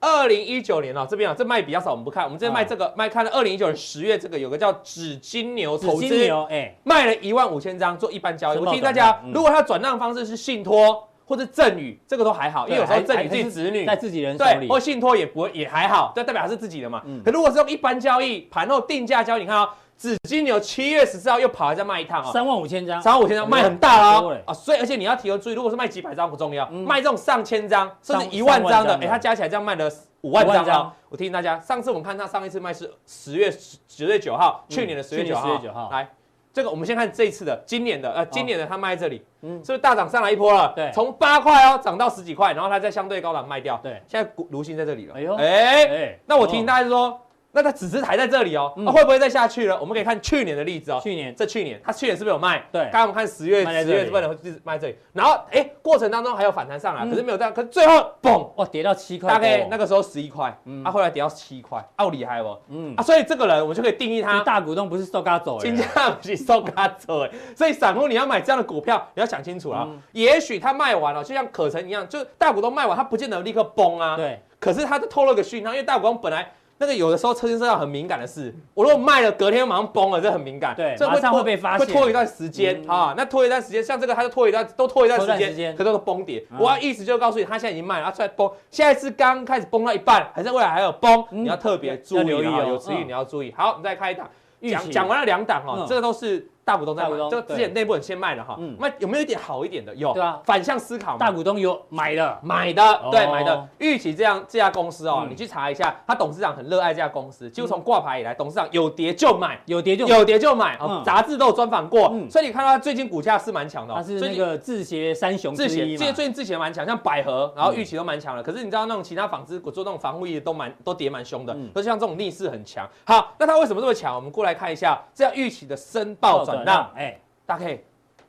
Speaker 5: 二零一九年哦，这边啊，这卖比较少，我们不看，我们这
Speaker 2: 啊
Speaker 5: 边卖这个、卖看了二零一九年十月这个有个叫纸金牛
Speaker 2: 紫
Speaker 5: 投资，
Speaker 2: 金牛，哎，
Speaker 5: 卖了一万五千张做一般交易。
Speaker 2: 申
Speaker 5: 我
Speaker 2: 报
Speaker 5: 提醒大
Speaker 2: 转让
Speaker 5: 家
Speaker 2: 嗯，
Speaker 5: 如果他转让方式是信托或者赠与，这个都还好，因为有时候
Speaker 2: 对
Speaker 5: 赠
Speaker 2: 还
Speaker 5: 与自己
Speaker 2: 还是
Speaker 5: 子女
Speaker 2: 在自己人手
Speaker 5: 嗯对，
Speaker 2: 里
Speaker 5: 或，信托也不会也还好，这代表它是自己的嘛。
Speaker 2: 嗯
Speaker 5: 可如果是用一般交易，盘后定价交易，你看啊、紫金牛七月十四号又跑来再卖一趟啊、哦。
Speaker 2: 三万五千张，
Speaker 5: 三万五千张卖很大
Speaker 2: 很多
Speaker 5: 哦
Speaker 2: 欸，嗯
Speaker 5: 啊，所以而且你要提供注意，如果是卖几百张不重要，卖这种上千张甚至
Speaker 2: 上
Speaker 5: 一万张
Speaker 2: 上万
Speaker 5: 的，
Speaker 2: 张的
Speaker 5: 哎，它加起来这样卖了五万
Speaker 2: 五万
Speaker 5: 张
Speaker 2: 张
Speaker 5: 了。我提醒大家，上次我们看它上一次卖是十月十月九号，去年的十月
Speaker 2: 嗯去
Speaker 5: 九
Speaker 2: 年
Speaker 5: 号，
Speaker 2: 10月9号哦
Speaker 5: 来。这个我们先看这一次的，今年的，呃，今年的它卖在这里，嗯，是不是大涨上来一波了？
Speaker 2: 对
Speaker 5: 从八块哦涨到十几块，然后它在相对高档卖掉，
Speaker 2: 对
Speaker 5: 现在股卢鑫在这里了，
Speaker 2: 哎呦
Speaker 5: 哎
Speaker 2: 哎嗯
Speaker 5: 那我提醒大家说，那它只是还在这里哦，那会不会再下去了？我们可以看去年的例子哦，
Speaker 2: 去年
Speaker 5: 这去年，它去年是不是有卖？
Speaker 2: 对
Speaker 5: 刚刚我们看十月、
Speaker 2: 卖在
Speaker 5: 十
Speaker 2: 这里
Speaker 5: 月份的就是卖这里，然后哎，过程当中还有反弹上
Speaker 2: 嗯
Speaker 5: 来，可是没有这样，可是最后嘣，
Speaker 2: 哇，跌到七块多，
Speaker 5: 大概那
Speaker 2: 个
Speaker 5: 个时候十一块，啊，后来跌到七块，奥厉害不？
Speaker 2: 嗯
Speaker 5: 嗯，啊，所以这个人我们就可以定义他。
Speaker 2: 大股东不是受嘎走
Speaker 5: 金 [LAUGHS]
Speaker 2: 的，
Speaker 5: 价不是收嘎走哎，所以散户你要买这样的股票，你要想清楚啊。
Speaker 2: 嗯
Speaker 5: 也许他卖完了，就像可成一样，就是大股东卖完，他不见得立刻崩啊。
Speaker 2: 对，
Speaker 5: 可是他就透露个讯号，因为大股东本来那个有的时候车间身上很敏感的事，我如果卖了，隔天马上崩了，这很敏感，
Speaker 2: 嗯对
Speaker 5: 所以
Speaker 2: 马上
Speaker 5: 拖
Speaker 2: 会被发现嗯
Speaker 5: 会拖一段时间啊。那拖一段时间，像这个他就拖一段，都拖一段
Speaker 2: 拖一
Speaker 5: 时
Speaker 2: 段时间嗯
Speaker 5: 间，可都是崩跌。我要意思就告诉你，他现在已经卖了，啊他出来崩，现在是刚开始崩到一半，还是未来还有崩，你要特别注
Speaker 2: 嗯要留
Speaker 5: 意
Speaker 2: 意
Speaker 5: 啊，
Speaker 2: 哦
Speaker 5: 有持
Speaker 2: 嗯
Speaker 5: 续你要注意。好，我们再开一档，
Speaker 2: 预期
Speaker 5: 讲讲完了两档哦
Speaker 2: 嗯，
Speaker 5: 这个都是大股东在
Speaker 2: 大
Speaker 5: 买
Speaker 2: 股东，
Speaker 5: 这个之
Speaker 2: 对
Speaker 5: 前内部人先卖了哈
Speaker 2: 嗯。
Speaker 5: 那有没有一点好一点的？有，
Speaker 2: 对啊
Speaker 5: 反向思考嘛，
Speaker 2: 大股东有买了，
Speaker 5: 买的，对，
Speaker 2: 哦
Speaker 5: 买的。预期这样这家公司哦，
Speaker 2: 嗯
Speaker 5: 你去查一下，他董事长很热爱这家公司，就从挂牌以来，董事长有跌就买，
Speaker 2: 有跌就
Speaker 5: 有跌就买，哦
Speaker 2: 嗯
Speaker 5: 杂志都有专访过
Speaker 2: 嗯，
Speaker 5: 所以你看到他最近股价是蛮强的哦。
Speaker 2: 它是
Speaker 5: 最
Speaker 2: 那
Speaker 5: 近
Speaker 2: 个字协三雄之
Speaker 5: 智
Speaker 2: 一
Speaker 5: 贤，
Speaker 2: 嘛嗯
Speaker 5: 最，最近智贤蛮强，像百合，然后玉琪都蛮强的。可是你知道那种其他纺织股做那种防护衣的都蛮都跌蛮凶的
Speaker 2: 嗯，
Speaker 5: 都像这种逆势很强。好，那它为什么这么强？我们过来看一下这样玉琪的申报转让，，
Speaker 2: 哎，
Speaker 5: 大概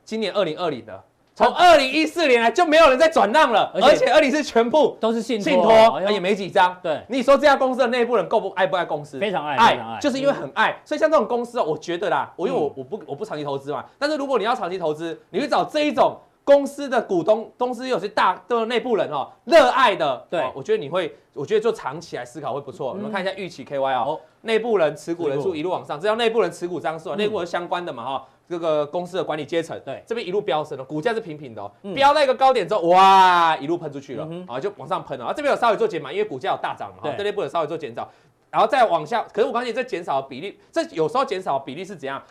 Speaker 5: 今年二零二零的，从二零一四年来就没有人在转让了，而且二零是全部
Speaker 2: 都是信
Speaker 5: 信
Speaker 2: 托
Speaker 5: 托，
Speaker 2: 哎
Speaker 5: 而
Speaker 2: 呦
Speaker 5: 且没几张。
Speaker 2: 对
Speaker 5: 你说这家公司的内部人够不爱不爱公司？
Speaker 2: 非常爱非常爱嗯
Speaker 5: 就是因为很爱。所以像这种公司哦，我觉得啦，我因为我我不我不长期投资嘛，但是如果你要长期投资，你去找这一种。公司的股东，公司有些大的内部人哦，热爱的，
Speaker 2: 对嗯
Speaker 5: 哦我觉得你会，我觉得就长期来思考会不错。我们看一下预期 KY
Speaker 2: 好
Speaker 5: 哦，内部人持股人
Speaker 2: 持股
Speaker 5: 数一路往上，这叫内部人持股张数
Speaker 2: 嗯
Speaker 5: 啊，内部人相关的嘛哈、这个公司的管理阶层，
Speaker 2: 对
Speaker 5: 这边一路飙升了，股价是平平的、哦，飙到一个高点之后，哇，一路喷出去了，
Speaker 2: 嗯
Speaker 5: 啊，就往上喷了。啊，这边有稍微做减码，因为股价有大涨嘛，
Speaker 2: 对
Speaker 5: 哈这内部有稍微做减少，然后再往下，可是我告诉你，这减少的比例，这有时候减少的比例是怎样？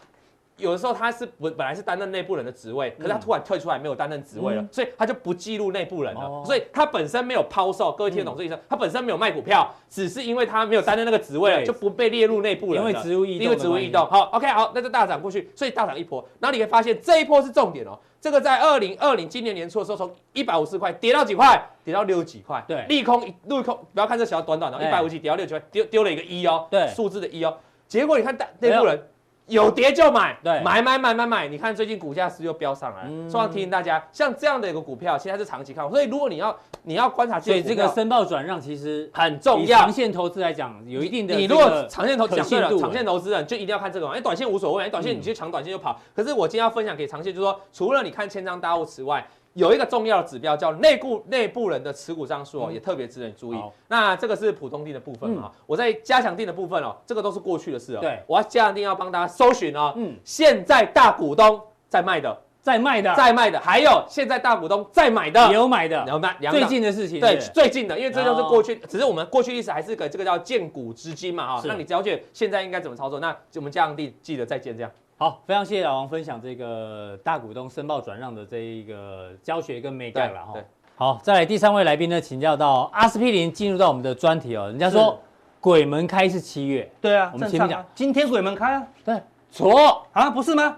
Speaker 5: 有的时候他是本本来是担任内部人的职位，可是他突然退出来没有担任职位了，
Speaker 2: 嗯
Speaker 5: 所以他就不记录内部人了，
Speaker 2: 哦嗯
Speaker 5: 所以他本身没有抛售，各位听得懂这意思吗？他本身没有卖股票，只是因为他没有担任那个职位了，
Speaker 2: 对
Speaker 5: 就不被列入内部人了，
Speaker 2: 因为职务异动的
Speaker 5: 因为职务异动。好，OK，好，那就大涨过去，所以大涨一波，然后你会发现这一波是重点哦。这个在二零二零今年年初的时候，从一百五十块跌到几块，跌到六几块，
Speaker 2: 对
Speaker 5: 利空一利空，不要看这小短短的，哦
Speaker 2: 哎
Speaker 5: 一百五十跌到六几块，丢丢了一个一哦，
Speaker 2: 对
Speaker 5: 数字的一哦。结果你看大内部人有跌就买，
Speaker 2: 对嗯
Speaker 5: 买买买买买。你看最近股价是不是又飙上来了，所以我提醒大家，像这样的一个股票，现在是长期看好，所以如果你要你要观察
Speaker 2: 所
Speaker 5: 这
Speaker 2: 以
Speaker 5: 个股
Speaker 2: 这个
Speaker 5: 票。
Speaker 2: 申报转让其实
Speaker 5: 很重
Speaker 2: 以
Speaker 5: 要
Speaker 2: 长，线投资来讲，有一定的
Speaker 5: 你
Speaker 2: 这
Speaker 5: 如
Speaker 2: 个
Speaker 5: 果长线投
Speaker 2: 可
Speaker 5: 讲对了
Speaker 2: 信，度啊嗯
Speaker 5: 长线投资人就一定要看这个嘛，因为短线无所谓，因为短线你去抢短线就跑。可是我今天要分享给长线，就是说，除了你看千张大户此外，有一个重要的指标叫内部内部人的持股张数哦，也特别值得你注意
Speaker 2: 嗯好。嗯
Speaker 5: 那这个是普通定的部分嘛，我在加强定的部分哦，这个都是过去的事哦。
Speaker 2: 对
Speaker 5: 我要加强定要帮大家搜寻哦，
Speaker 2: 嗯
Speaker 5: 现在大股东在卖的，
Speaker 2: 在卖的，
Speaker 5: 在卖的，还有现在大股东在买的，
Speaker 2: 也有买的，
Speaker 5: 然后那两
Speaker 2: 最
Speaker 5: 档
Speaker 2: 近的事情
Speaker 5: 对
Speaker 2: 是，
Speaker 5: 最近的，因为这
Speaker 2: 哦
Speaker 5: 就是过去，只是我们过去历史还是个这个叫见古知今嘛哈、
Speaker 2: 是
Speaker 5: 那你了解现在应该怎么操作，那我们这样地记得再见这样。
Speaker 2: 好，非常谢谢老王分享这个大股东申报转让的这一个教学跟美感了哈
Speaker 5: 对对。
Speaker 2: 好，再来第三位来宾呢，请教到阿司匹林进入到我们的专题哦。人家说
Speaker 4: 是
Speaker 2: 鬼门开是七月，
Speaker 4: 对啊，
Speaker 2: 我们
Speaker 4: 正
Speaker 2: 前
Speaker 4: 常
Speaker 2: 面
Speaker 4: 啊
Speaker 2: 讲
Speaker 4: 今天鬼门开啊，
Speaker 2: 对，错，
Speaker 4: 啊不是吗？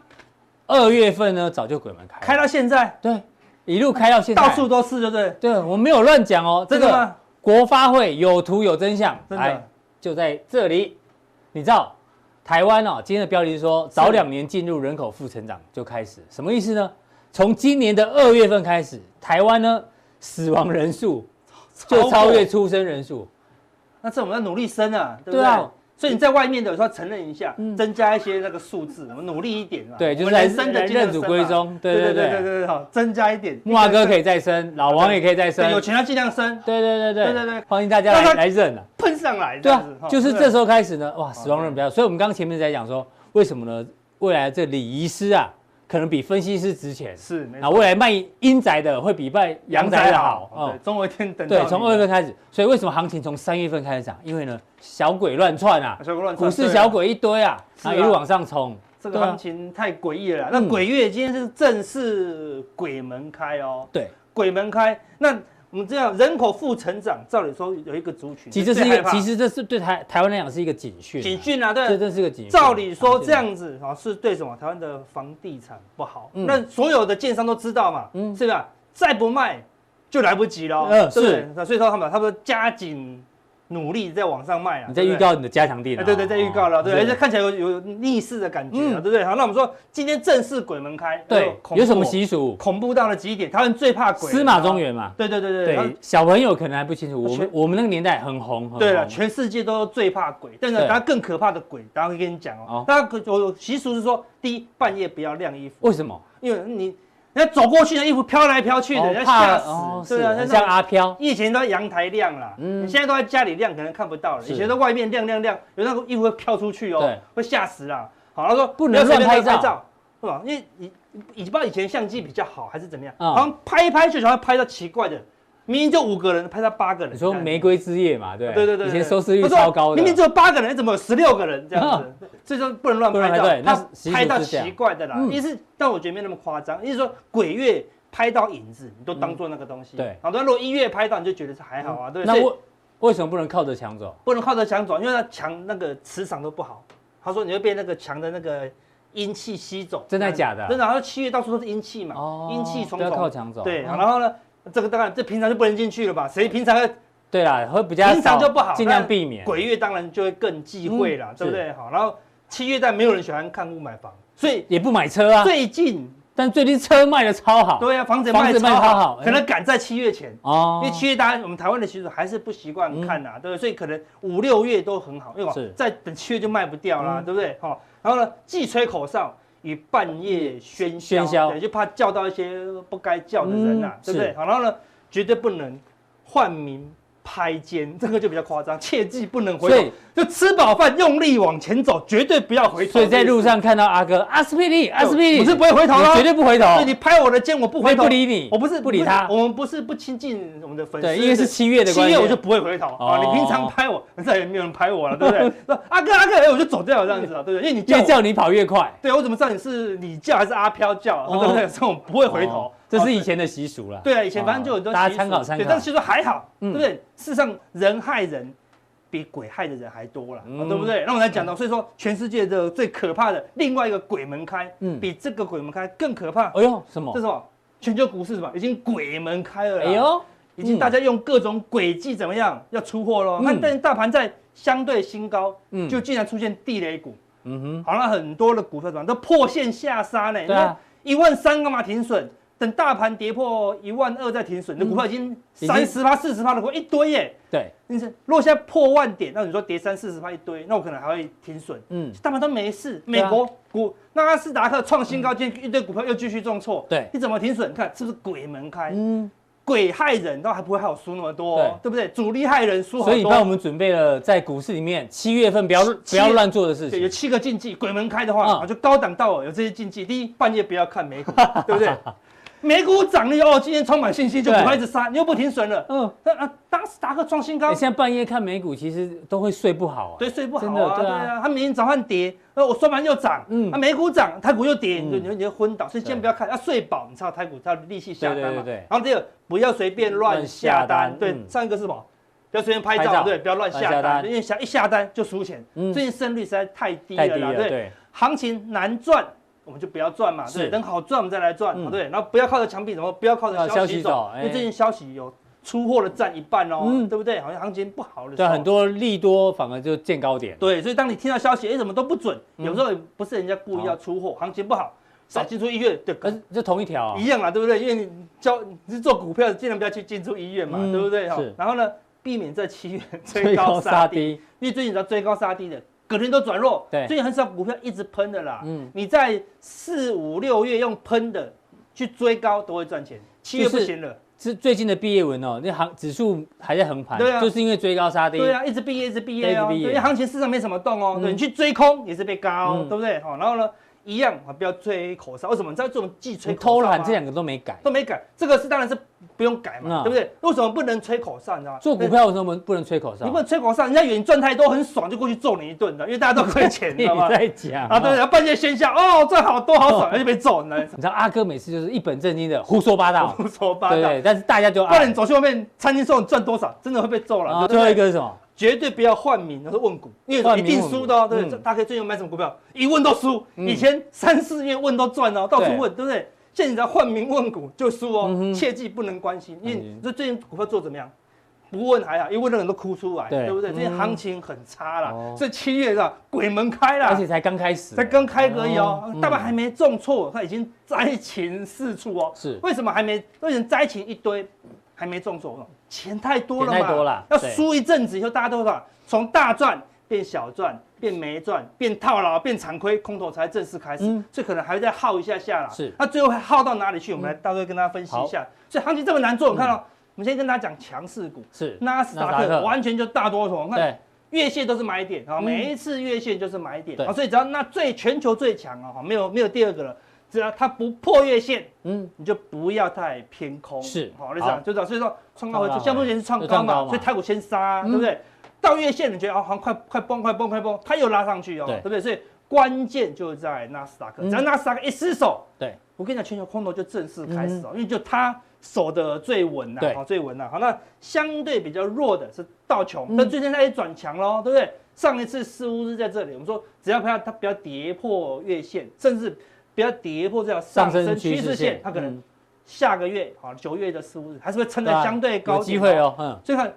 Speaker 2: 二月份呢早就鬼门开了，
Speaker 4: 开到现在，
Speaker 2: 对，一路开到现在，
Speaker 4: 到处都是，对不对？
Speaker 2: 对我没有乱讲哦，这
Speaker 4: 真的
Speaker 2: 个
Speaker 4: 吗？
Speaker 2: 国发会有图有真相，
Speaker 4: 真
Speaker 2: 来
Speaker 4: 的，
Speaker 2: 就在这里，你知道台湾哦，今天的标题是说早两年进入人口负成长就开始，什么意思呢？从今年的二月份开始，台湾呢死亡人数就超越
Speaker 4: 过。
Speaker 2: 出生人数，
Speaker 4: 那这我们要努力生啊，对不
Speaker 2: 对
Speaker 4: 对
Speaker 2: 啊？
Speaker 4: 所以你在外面的有时候承认一下
Speaker 2: 嗯，
Speaker 4: 增加一些那个数字，我们努力一点啊。
Speaker 2: 对，就
Speaker 4: 我
Speaker 2: 是
Speaker 4: 们
Speaker 2: 来
Speaker 4: 人生的
Speaker 2: 来
Speaker 4: 竞争
Speaker 2: 认祖
Speaker 4: 嘛
Speaker 2: 归。宗，对对
Speaker 4: 对对
Speaker 2: 对
Speaker 4: 对
Speaker 2: 对，
Speaker 4: 对，好，增加一点。
Speaker 2: 木华哥可
Speaker 4: 以，
Speaker 2: 以再生，老王也可以再生
Speaker 4: 对，有钱要尽量生，
Speaker 2: 对对对对
Speaker 4: 对对对
Speaker 2: 欢迎大家
Speaker 4: 让
Speaker 2: 来
Speaker 4: 他
Speaker 2: 来认啊。
Speaker 4: 喷上来。
Speaker 2: 对
Speaker 4: 这
Speaker 2: 啊
Speaker 4: 样子哈，
Speaker 2: 就是
Speaker 4: 对哦
Speaker 2: 这时候开始呢，哇，死亡人比较，所以我们刚刚前面在讲说，为什么呢？未来这礼仪师啊，可能比分析师值钱，
Speaker 4: 是没
Speaker 2: 啊，
Speaker 4: 错，
Speaker 2: 未来卖阴宅的会比卖阳宅的好，
Speaker 4: 对
Speaker 2: 哦，
Speaker 4: 总有一天等到
Speaker 2: 对，
Speaker 4: 你
Speaker 2: 从
Speaker 4: 的
Speaker 2: 二月份开始，所以为什么行情从三月份开始涨？因为呢，小鬼乱窜啊，
Speaker 4: 小鬼乱窜
Speaker 2: 股市
Speaker 4: 对啊
Speaker 2: 小鬼一堆啊，
Speaker 4: 是
Speaker 2: 啊，
Speaker 4: 啊
Speaker 2: 一路往上冲，
Speaker 4: 这个
Speaker 2: 对啊
Speaker 4: 行情太诡异了啦。那
Speaker 2: 嗯
Speaker 4: 鬼月今天是正式鬼门开哦，
Speaker 2: 对，
Speaker 4: 鬼门开。那我们知道人口负成长，照理说有一个族群，
Speaker 2: 其实这是一
Speaker 4: 最
Speaker 2: 个，
Speaker 4: 害怕
Speaker 2: 其实这是对台台湾来讲是一个警讯啊，
Speaker 4: 警讯啊，
Speaker 2: 这
Speaker 4: 对。
Speaker 2: 真是个警讯。
Speaker 4: 照理说这
Speaker 2: 啊，
Speaker 4: 样子啊，是对什么？台湾的房地产不好，
Speaker 2: 嗯
Speaker 4: 那所有的建商都知道嘛，
Speaker 2: 嗯
Speaker 4: 是吧？再不卖就来不及了哦，
Speaker 2: 嗯
Speaker 4: 对不对
Speaker 2: 是。
Speaker 4: 那所以说他们他们加紧努力在往上卖啊。
Speaker 2: 你在
Speaker 4: 对不
Speaker 2: 预
Speaker 4: 对
Speaker 2: 告你的加强店
Speaker 4: 哎，
Speaker 2: 了，
Speaker 4: 对对，在预告了，
Speaker 2: 哦
Speaker 4: 对，而且看起来有有逆势的感觉
Speaker 2: 嗯
Speaker 4: 了，对不对？好，那我们说今天正式鬼门开，哎呦
Speaker 2: 对，
Speaker 4: 恐怖
Speaker 2: 有什么习俗？
Speaker 4: 恐怖到了极点？他们最怕鬼，
Speaker 2: 司马中，原嘛，
Speaker 4: 对对对对
Speaker 2: 对，，哦小朋友可能还不清楚，我们
Speaker 4: 全
Speaker 2: 我们那个年代很红，很
Speaker 4: 对了，
Speaker 2: 红
Speaker 4: 全世界都最怕鬼，但是
Speaker 2: 哦对
Speaker 4: 大家更可怕的鬼，等下会跟你讲哦
Speaker 2: 好。
Speaker 4: 大家可有习俗是说，第一半夜不要晾衣服，
Speaker 2: 为什么？
Speaker 4: 因为你人家走过去的衣服飘来飘去的，
Speaker 2: 哦
Speaker 4: 人家
Speaker 2: 怕
Speaker 4: 吓
Speaker 2: 哦，
Speaker 4: 死。
Speaker 2: 是
Speaker 4: 对啊，
Speaker 2: 很
Speaker 4: 那
Speaker 2: 像
Speaker 4: 像
Speaker 2: 阿飘，
Speaker 4: 以前都在阳台晾啦，
Speaker 2: 哦嗯
Speaker 4: 你现在都在家里晾，可能看不到了。
Speaker 2: 是
Speaker 4: 以前在外面晾晾晾，有那个衣服会飘出去哦
Speaker 2: 对，
Speaker 4: 会吓死啦。好，他说
Speaker 2: 不能
Speaker 4: 要随便
Speaker 2: 乱拍
Speaker 4: 拍
Speaker 2: 照
Speaker 4: 照，是吧？因为以以不知道以前相机比较好还是怎么样，
Speaker 2: 嗯
Speaker 4: 好像拍一拍就想要拍到奇怪的，明明就五个人拍到八个人。
Speaker 2: 你说
Speaker 4: 这样子
Speaker 2: 玫瑰之夜嘛，对
Speaker 4: 对对对，
Speaker 2: 以
Speaker 4: 对
Speaker 2: 前收视率
Speaker 4: 我说
Speaker 2: 超高的，啊
Speaker 4: 明明只有八个人，怎么有十六个人这样子？这就不能乱
Speaker 2: 不能
Speaker 4: 拍照
Speaker 2: 对，那
Speaker 4: 他
Speaker 2: 习俗
Speaker 4: 拍到
Speaker 2: 是这样
Speaker 4: 奇怪的啦。
Speaker 2: 嗯
Speaker 4: 一是，但我觉得没那么夸张，一是说鬼月拍到影子，你都当做那个东西。
Speaker 2: 嗯对嗯
Speaker 4: 好，那如果一月拍到，你就觉得是还好啊，对不
Speaker 2: 那
Speaker 4: 对？所以
Speaker 2: 为为什么不能靠着墙走？
Speaker 4: 不能靠着墙走，因为那墙那个磁场都不好。他说你会被那个墙的那个阴气吸走。
Speaker 2: 真的假的
Speaker 4: 真的，他说七月到处都是阴气嘛，阴气重
Speaker 2: 哦不要靠
Speaker 4: 重。
Speaker 2: 墙走。
Speaker 4: 对，
Speaker 2: 嗯
Speaker 4: 然后呢，这个当然这平常就不能进去了吧？谁平常要
Speaker 2: 对啦，会比较
Speaker 4: 平常
Speaker 2: 少
Speaker 4: 就不好
Speaker 2: 尽量
Speaker 4: 但
Speaker 2: 避免。
Speaker 4: 鬼月当然就会更忌讳啦，
Speaker 2: 嗯
Speaker 4: 对不对？好，然后七月但没有人喜欢看屋买房，所以
Speaker 2: 也不买车啊，
Speaker 4: 最近
Speaker 2: 但最近车卖的超好。
Speaker 4: 对啊，房子也
Speaker 2: 房
Speaker 4: 卖
Speaker 2: 子
Speaker 4: 得
Speaker 2: 卖
Speaker 4: 超
Speaker 2: 超
Speaker 4: 好
Speaker 2: 好，哎
Speaker 4: 可能赶在七月前。
Speaker 2: 哦嗯
Speaker 4: 因为七月大家我们台湾的习俗还是不习惯看呐、对不对？所以可能五六月都很好，因为
Speaker 2: 是嗯
Speaker 4: 我再等七月就卖不掉啦，对不对？好，然后呢，既吹口哨与半夜喧嚣，
Speaker 2: 嗯喧嚣
Speaker 4: 对，就怕叫到一些不该叫的人呐、
Speaker 2: 嗯
Speaker 4: 对不对？
Speaker 2: 是
Speaker 4: 好，然后呢，绝对不能换名拍肩，这个就比较夸张，切记不能回
Speaker 2: 所以
Speaker 4: 头，就吃饱饭用力往前走，绝对不要回头。
Speaker 2: 所以在路上看到阿哥阿斯匹利，阿斯匹利，
Speaker 4: 我是不会回头
Speaker 2: 你
Speaker 4: 的，
Speaker 2: 绝对不回头
Speaker 4: 对，你拍我的肩，我不
Speaker 2: 我
Speaker 4: 回
Speaker 2: 也
Speaker 4: 头，
Speaker 2: 不理你，
Speaker 4: 我不是
Speaker 2: 不理他
Speaker 4: 不是。我们不是不亲近我们的粉丝，
Speaker 2: 对，因为是七月的
Speaker 4: 七
Speaker 2: 关系，
Speaker 4: 月我就不会回头
Speaker 2: 哦
Speaker 4: 啊！你平常拍我， [LAUGHS] 再也没有人拍我了，对
Speaker 2: [LAUGHS]
Speaker 4: 不对？说阿哥阿哥，哎，我就走掉了这样子啊，对不对？因为你叫
Speaker 2: 越
Speaker 4: 我，
Speaker 2: 叫你跑越快。
Speaker 4: 对我怎么知道你是你叫还是阿飘叫，啊
Speaker 2: 哦
Speaker 4: 对不对？ [LAUGHS] 所以我不会回头
Speaker 2: 哦，这
Speaker 4: 啊
Speaker 2: 是以前的习俗啦。
Speaker 4: 对啊，以前反正就有很多
Speaker 2: 哦大家
Speaker 4: 习俗
Speaker 2: 参考参考
Speaker 4: 对，但是就说还好，
Speaker 2: 嗯
Speaker 4: 对不对？事实上，人害人比鬼害的人还多了，
Speaker 2: 嗯
Speaker 4: 哦对不对？那我们才讲到，所以说全世界的最可怕的另外一个鬼门开
Speaker 2: 嗯，
Speaker 4: 比这个鬼门开更可怕，
Speaker 2: 哎呦，什么
Speaker 4: 这是？啊什么？全球股市什么？已经鬼门开了啦，
Speaker 2: 哎呦，
Speaker 4: 已经大家用各种诡计怎么样要出货喽
Speaker 2: 嗯？
Speaker 4: 那但大盘在相对新高，
Speaker 2: 嗯
Speaker 4: 就竟然出现地雷股，
Speaker 2: 嗯哼，
Speaker 4: 好像很多的股票怎么样都破线下杀呢？
Speaker 2: 对啊，
Speaker 4: 一万三干嘛停损？等大盘跌破一万二再停损，那股票已经
Speaker 2: 嗯已经
Speaker 4: 三十趴、四十趴的股票一堆耶。
Speaker 2: 对，
Speaker 4: 你是如果现在破万点，那你说跌三四十趴一堆，那我可能还会停损。
Speaker 2: 嗯，
Speaker 4: 大盘都没事，
Speaker 2: 对
Speaker 4: 美
Speaker 2: 啊嗯
Speaker 4: 国股纳斯达克创新高，今天一堆股票又继续重挫，
Speaker 2: 对
Speaker 4: 你怎么停损？看是不是鬼门开？
Speaker 2: 嗯，
Speaker 4: 鬼害人，倒还不会害我输那么多、哦，对不对？主力害人输好
Speaker 2: 所以
Speaker 4: 多，
Speaker 2: 你帮我们准备了在股市里面七月份不要不
Speaker 4: 七月
Speaker 2: 要乱做的事
Speaker 4: 对
Speaker 2: 情。
Speaker 4: 有七个禁忌，鬼门开的
Speaker 2: 嗯
Speaker 4: 话，啊就高档到尾有这些禁忌。第一，半夜不要看美股，对不对？美股涨了以后，今天充满信心，就
Speaker 2: 对
Speaker 4: 股票一直杀，你又不停损了。
Speaker 2: 嗯，
Speaker 4: 那啊，当时达克创新高
Speaker 2: 你，哎现在半夜看美股，其实都会睡不好。
Speaker 4: 对，，睡不好
Speaker 2: 真的
Speaker 4: 啊，
Speaker 2: 对
Speaker 4: 对
Speaker 2: 啊
Speaker 4: 啊，他明天早上跌，呃，我收盘又涨，
Speaker 2: 嗯
Speaker 4: 嗯，啊，美股涨，台股又跌，你就
Speaker 2: 嗯
Speaker 4: 你就你就昏倒，所以先不要看，要啊睡饱，你才有台股才有力气下单
Speaker 2: 对对
Speaker 4: 嘛。
Speaker 2: 对对
Speaker 4: 然后第二，不要随便乱下
Speaker 2: 乱下单
Speaker 4: 单，对
Speaker 2: 嗯，
Speaker 4: 上一个是什么？不要随便拍
Speaker 2: 拍照
Speaker 4: 照，对，不要乱
Speaker 2: 乱下
Speaker 4: 下
Speaker 2: 单
Speaker 4: 单，因为下一下单就输钱
Speaker 2: 嗯，
Speaker 4: 最近胜率实在太低
Speaker 2: 太
Speaker 4: 了
Speaker 2: 低
Speaker 4: 啦，
Speaker 2: 了，
Speaker 4: 对，
Speaker 2: 对，
Speaker 4: 行情难赚，我们就不要赚嘛，对不
Speaker 2: 是
Speaker 4: 对，等好赚我们再来赚，
Speaker 2: 嗯
Speaker 4: 对，然后不要靠着墙壁走，不要靠
Speaker 2: 啊
Speaker 4: 着
Speaker 2: 消
Speaker 4: 消
Speaker 2: 息
Speaker 4: 息
Speaker 2: 走
Speaker 4: 走，因为
Speaker 2: 哎
Speaker 4: 最近消息有出货的占一半哦
Speaker 2: 嗯，
Speaker 4: 对不对？好像行情不好的时
Speaker 2: 对，啊
Speaker 4: 候，
Speaker 2: 很多利多反而就见高点。
Speaker 4: 对，所以当你听到消息，哎，怎么都不准，
Speaker 2: 嗯
Speaker 4: 有时候也不是人家故意要出货，行情不好，少进出医院，对，
Speaker 2: 可是这同一条啊
Speaker 4: 一样啊，对不对？因为你交你是做股票的，尽量不要去进出医院嘛，
Speaker 2: 嗯
Speaker 4: 对不对？哈
Speaker 2: 是，
Speaker 4: 然后呢，避免在七月 [LAUGHS]
Speaker 2: 最
Speaker 4: 追
Speaker 2: 高
Speaker 4: 高
Speaker 2: 杀
Speaker 4: 杀低，
Speaker 2: 低，
Speaker 4: 因为最近你知道追高杀低的，隔天都转弱，
Speaker 2: 对
Speaker 4: 最近很少股票一直喷的啦。
Speaker 2: 嗯
Speaker 4: 你在四五六月用喷的去追高都会赚钱，七月
Speaker 2: 就是
Speaker 4: 不行了，
Speaker 2: 是最近的毕业文哦，那行指数还在横盘，
Speaker 4: 对啊
Speaker 2: 就是因为追高杀低。
Speaker 4: 对啊，一直毕业一直毕业哦，
Speaker 2: 一直
Speaker 4: 对
Speaker 2: 毕业
Speaker 4: 因为行情市场没什么动哦，
Speaker 2: 嗯
Speaker 4: 对你去追空也是被嘎哦
Speaker 2: 嗯，
Speaker 4: 对不对？好，然后呢，一样啊，不要吹口哨，为什么？你知道这种既吹
Speaker 2: 你
Speaker 4: 口哨
Speaker 2: 偷懒
Speaker 4: 吗
Speaker 2: 这两个都没改，
Speaker 4: 都没改，这个是当然是不用改嘛，
Speaker 2: 嗯
Speaker 4: 对不对？为什么不能吹口哨？你知道吗？
Speaker 2: 做股票为什么不能吹口哨？
Speaker 4: 你不能吹口哨，人家以为你赚太多很爽，就过去揍你一顿的，因为大家都亏
Speaker 2: [LAUGHS]
Speaker 4: 钱，你
Speaker 2: 你
Speaker 4: 知道吗？
Speaker 2: 在讲
Speaker 4: 啊，对，然后半夜喧嚣，哦，赚好多好
Speaker 2: 嗯
Speaker 4: 爽，而且被揍，你知道吗 [LAUGHS]
Speaker 2: 你知道阿哥每次就是一本正经的胡说八道，
Speaker 4: 胡说八
Speaker 2: 对
Speaker 4: 道。
Speaker 2: 对，但是大家就
Speaker 4: 不然
Speaker 2: 爱
Speaker 4: 你。走去外面餐厅说你赚多少，真的会被揍
Speaker 2: 啊，
Speaker 4: 了。
Speaker 2: 最
Speaker 4: 对
Speaker 2: 后
Speaker 4: 不
Speaker 2: 一
Speaker 4: 对？
Speaker 2: 个是什么？
Speaker 4: 绝对不要换名，然后问股，因
Speaker 2: 换
Speaker 4: 为一
Speaker 2: 名
Speaker 4: 定
Speaker 2: 问股
Speaker 4: 输的哦。对不对，
Speaker 2: 嗯
Speaker 4: 大家可以最近有买什么股票，一问都输。
Speaker 2: 嗯
Speaker 4: 以前三四月问都赚哦，到处
Speaker 2: 对
Speaker 4: 问，对不对？现在你只要换名问股就输
Speaker 2: 嗯
Speaker 4: 哦
Speaker 2: 哼，
Speaker 4: 切记不能关心，因为
Speaker 2: 嗯
Speaker 4: 你这最近股票做怎么样？不问还好，一问的人都哭出来，
Speaker 2: 对
Speaker 4: 对不对？
Speaker 2: 嗯
Speaker 4: 最近行情很差啦
Speaker 2: 哦，
Speaker 4: 所以七月啊，鬼门开
Speaker 2: 而
Speaker 4: 啦
Speaker 2: 且，才刚开始，
Speaker 4: 才刚开而已哦
Speaker 2: 嗯，
Speaker 4: 大盘还没重挫，它已经灾情四处哦。
Speaker 2: 是
Speaker 4: 为什么还没？为什么灾情一堆还没中手呢？钱太多了嘛，
Speaker 2: 钱太多了
Speaker 4: 要
Speaker 2: 对
Speaker 4: 输一阵子以后，大家都说从大赚变小赚，变没赚，变套牢，变惨亏，空头才正式开始，
Speaker 2: 嗯
Speaker 4: 所以可能还会再耗一下下啦。
Speaker 2: 是嗯
Speaker 4: 那最后会耗到哪里去？我们来大概跟大家分析一下。所以行情这么难做，你看哦，我们先跟大家讲强势股，
Speaker 2: 是
Speaker 4: 纳斯
Speaker 2: 纳
Speaker 4: 达
Speaker 2: 斯达
Speaker 4: 克
Speaker 2: 克
Speaker 4: 完全就大多头，你看
Speaker 2: 对，
Speaker 4: 月线都是买点啊，
Speaker 2: 嗯
Speaker 4: 每一次月线就是买点
Speaker 2: 对
Speaker 4: 啊，所以只要那最全球最强啊，没有没有第二个了，只要它不破月线，
Speaker 2: 嗯，
Speaker 4: 你就不要太偏空，
Speaker 2: 是
Speaker 4: 好，就这样，
Speaker 2: 好
Speaker 4: 就这样。所以说创高回
Speaker 2: 创高
Speaker 4: 撤，像目前是创
Speaker 2: 就
Speaker 4: 高
Speaker 2: 创高
Speaker 4: 嘛，
Speaker 2: 嘛
Speaker 4: 所以台股先杀啊，
Speaker 2: 嗯
Speaker 4: 对不对？到月线你觉得啊，好像快快崩快崩快崩，它又拉上去哦，
Speaker 2: 对
Speaker 4: 对不对？所以关键就在纳斯达克，
Speaker 2: 嗯
Speaker 4: 只要纳斯达克一失手，
Speaker 2: 对，
Speaker 4: 我跟你讲，全球空头就正式开始哦，因为就它守得最稳呐、
Speaker 2: 嗯对
Speaker 4: 好最稳呐、好，那相对比较弱的是道琼，
Speaker 2: 嗯
Speaker 4: 但最近它也转强喽，对不对？上一次似乎是在这里，我们说只要它它不要跌破月线，甚至不要跌破这条上升趋势线，它可能
Speaker 2: 嗯
Speaker 4: 下个月好九月的似乎是还是会撑
Speaker 2: 对
Speaker 4: 在
Speaker 2: 啊
Speaker 4: 相对高
Speaker 2: 有
Speaker 4: 点
Speaker 2: 机会。哦，嗯，
Speaker 4: 所以看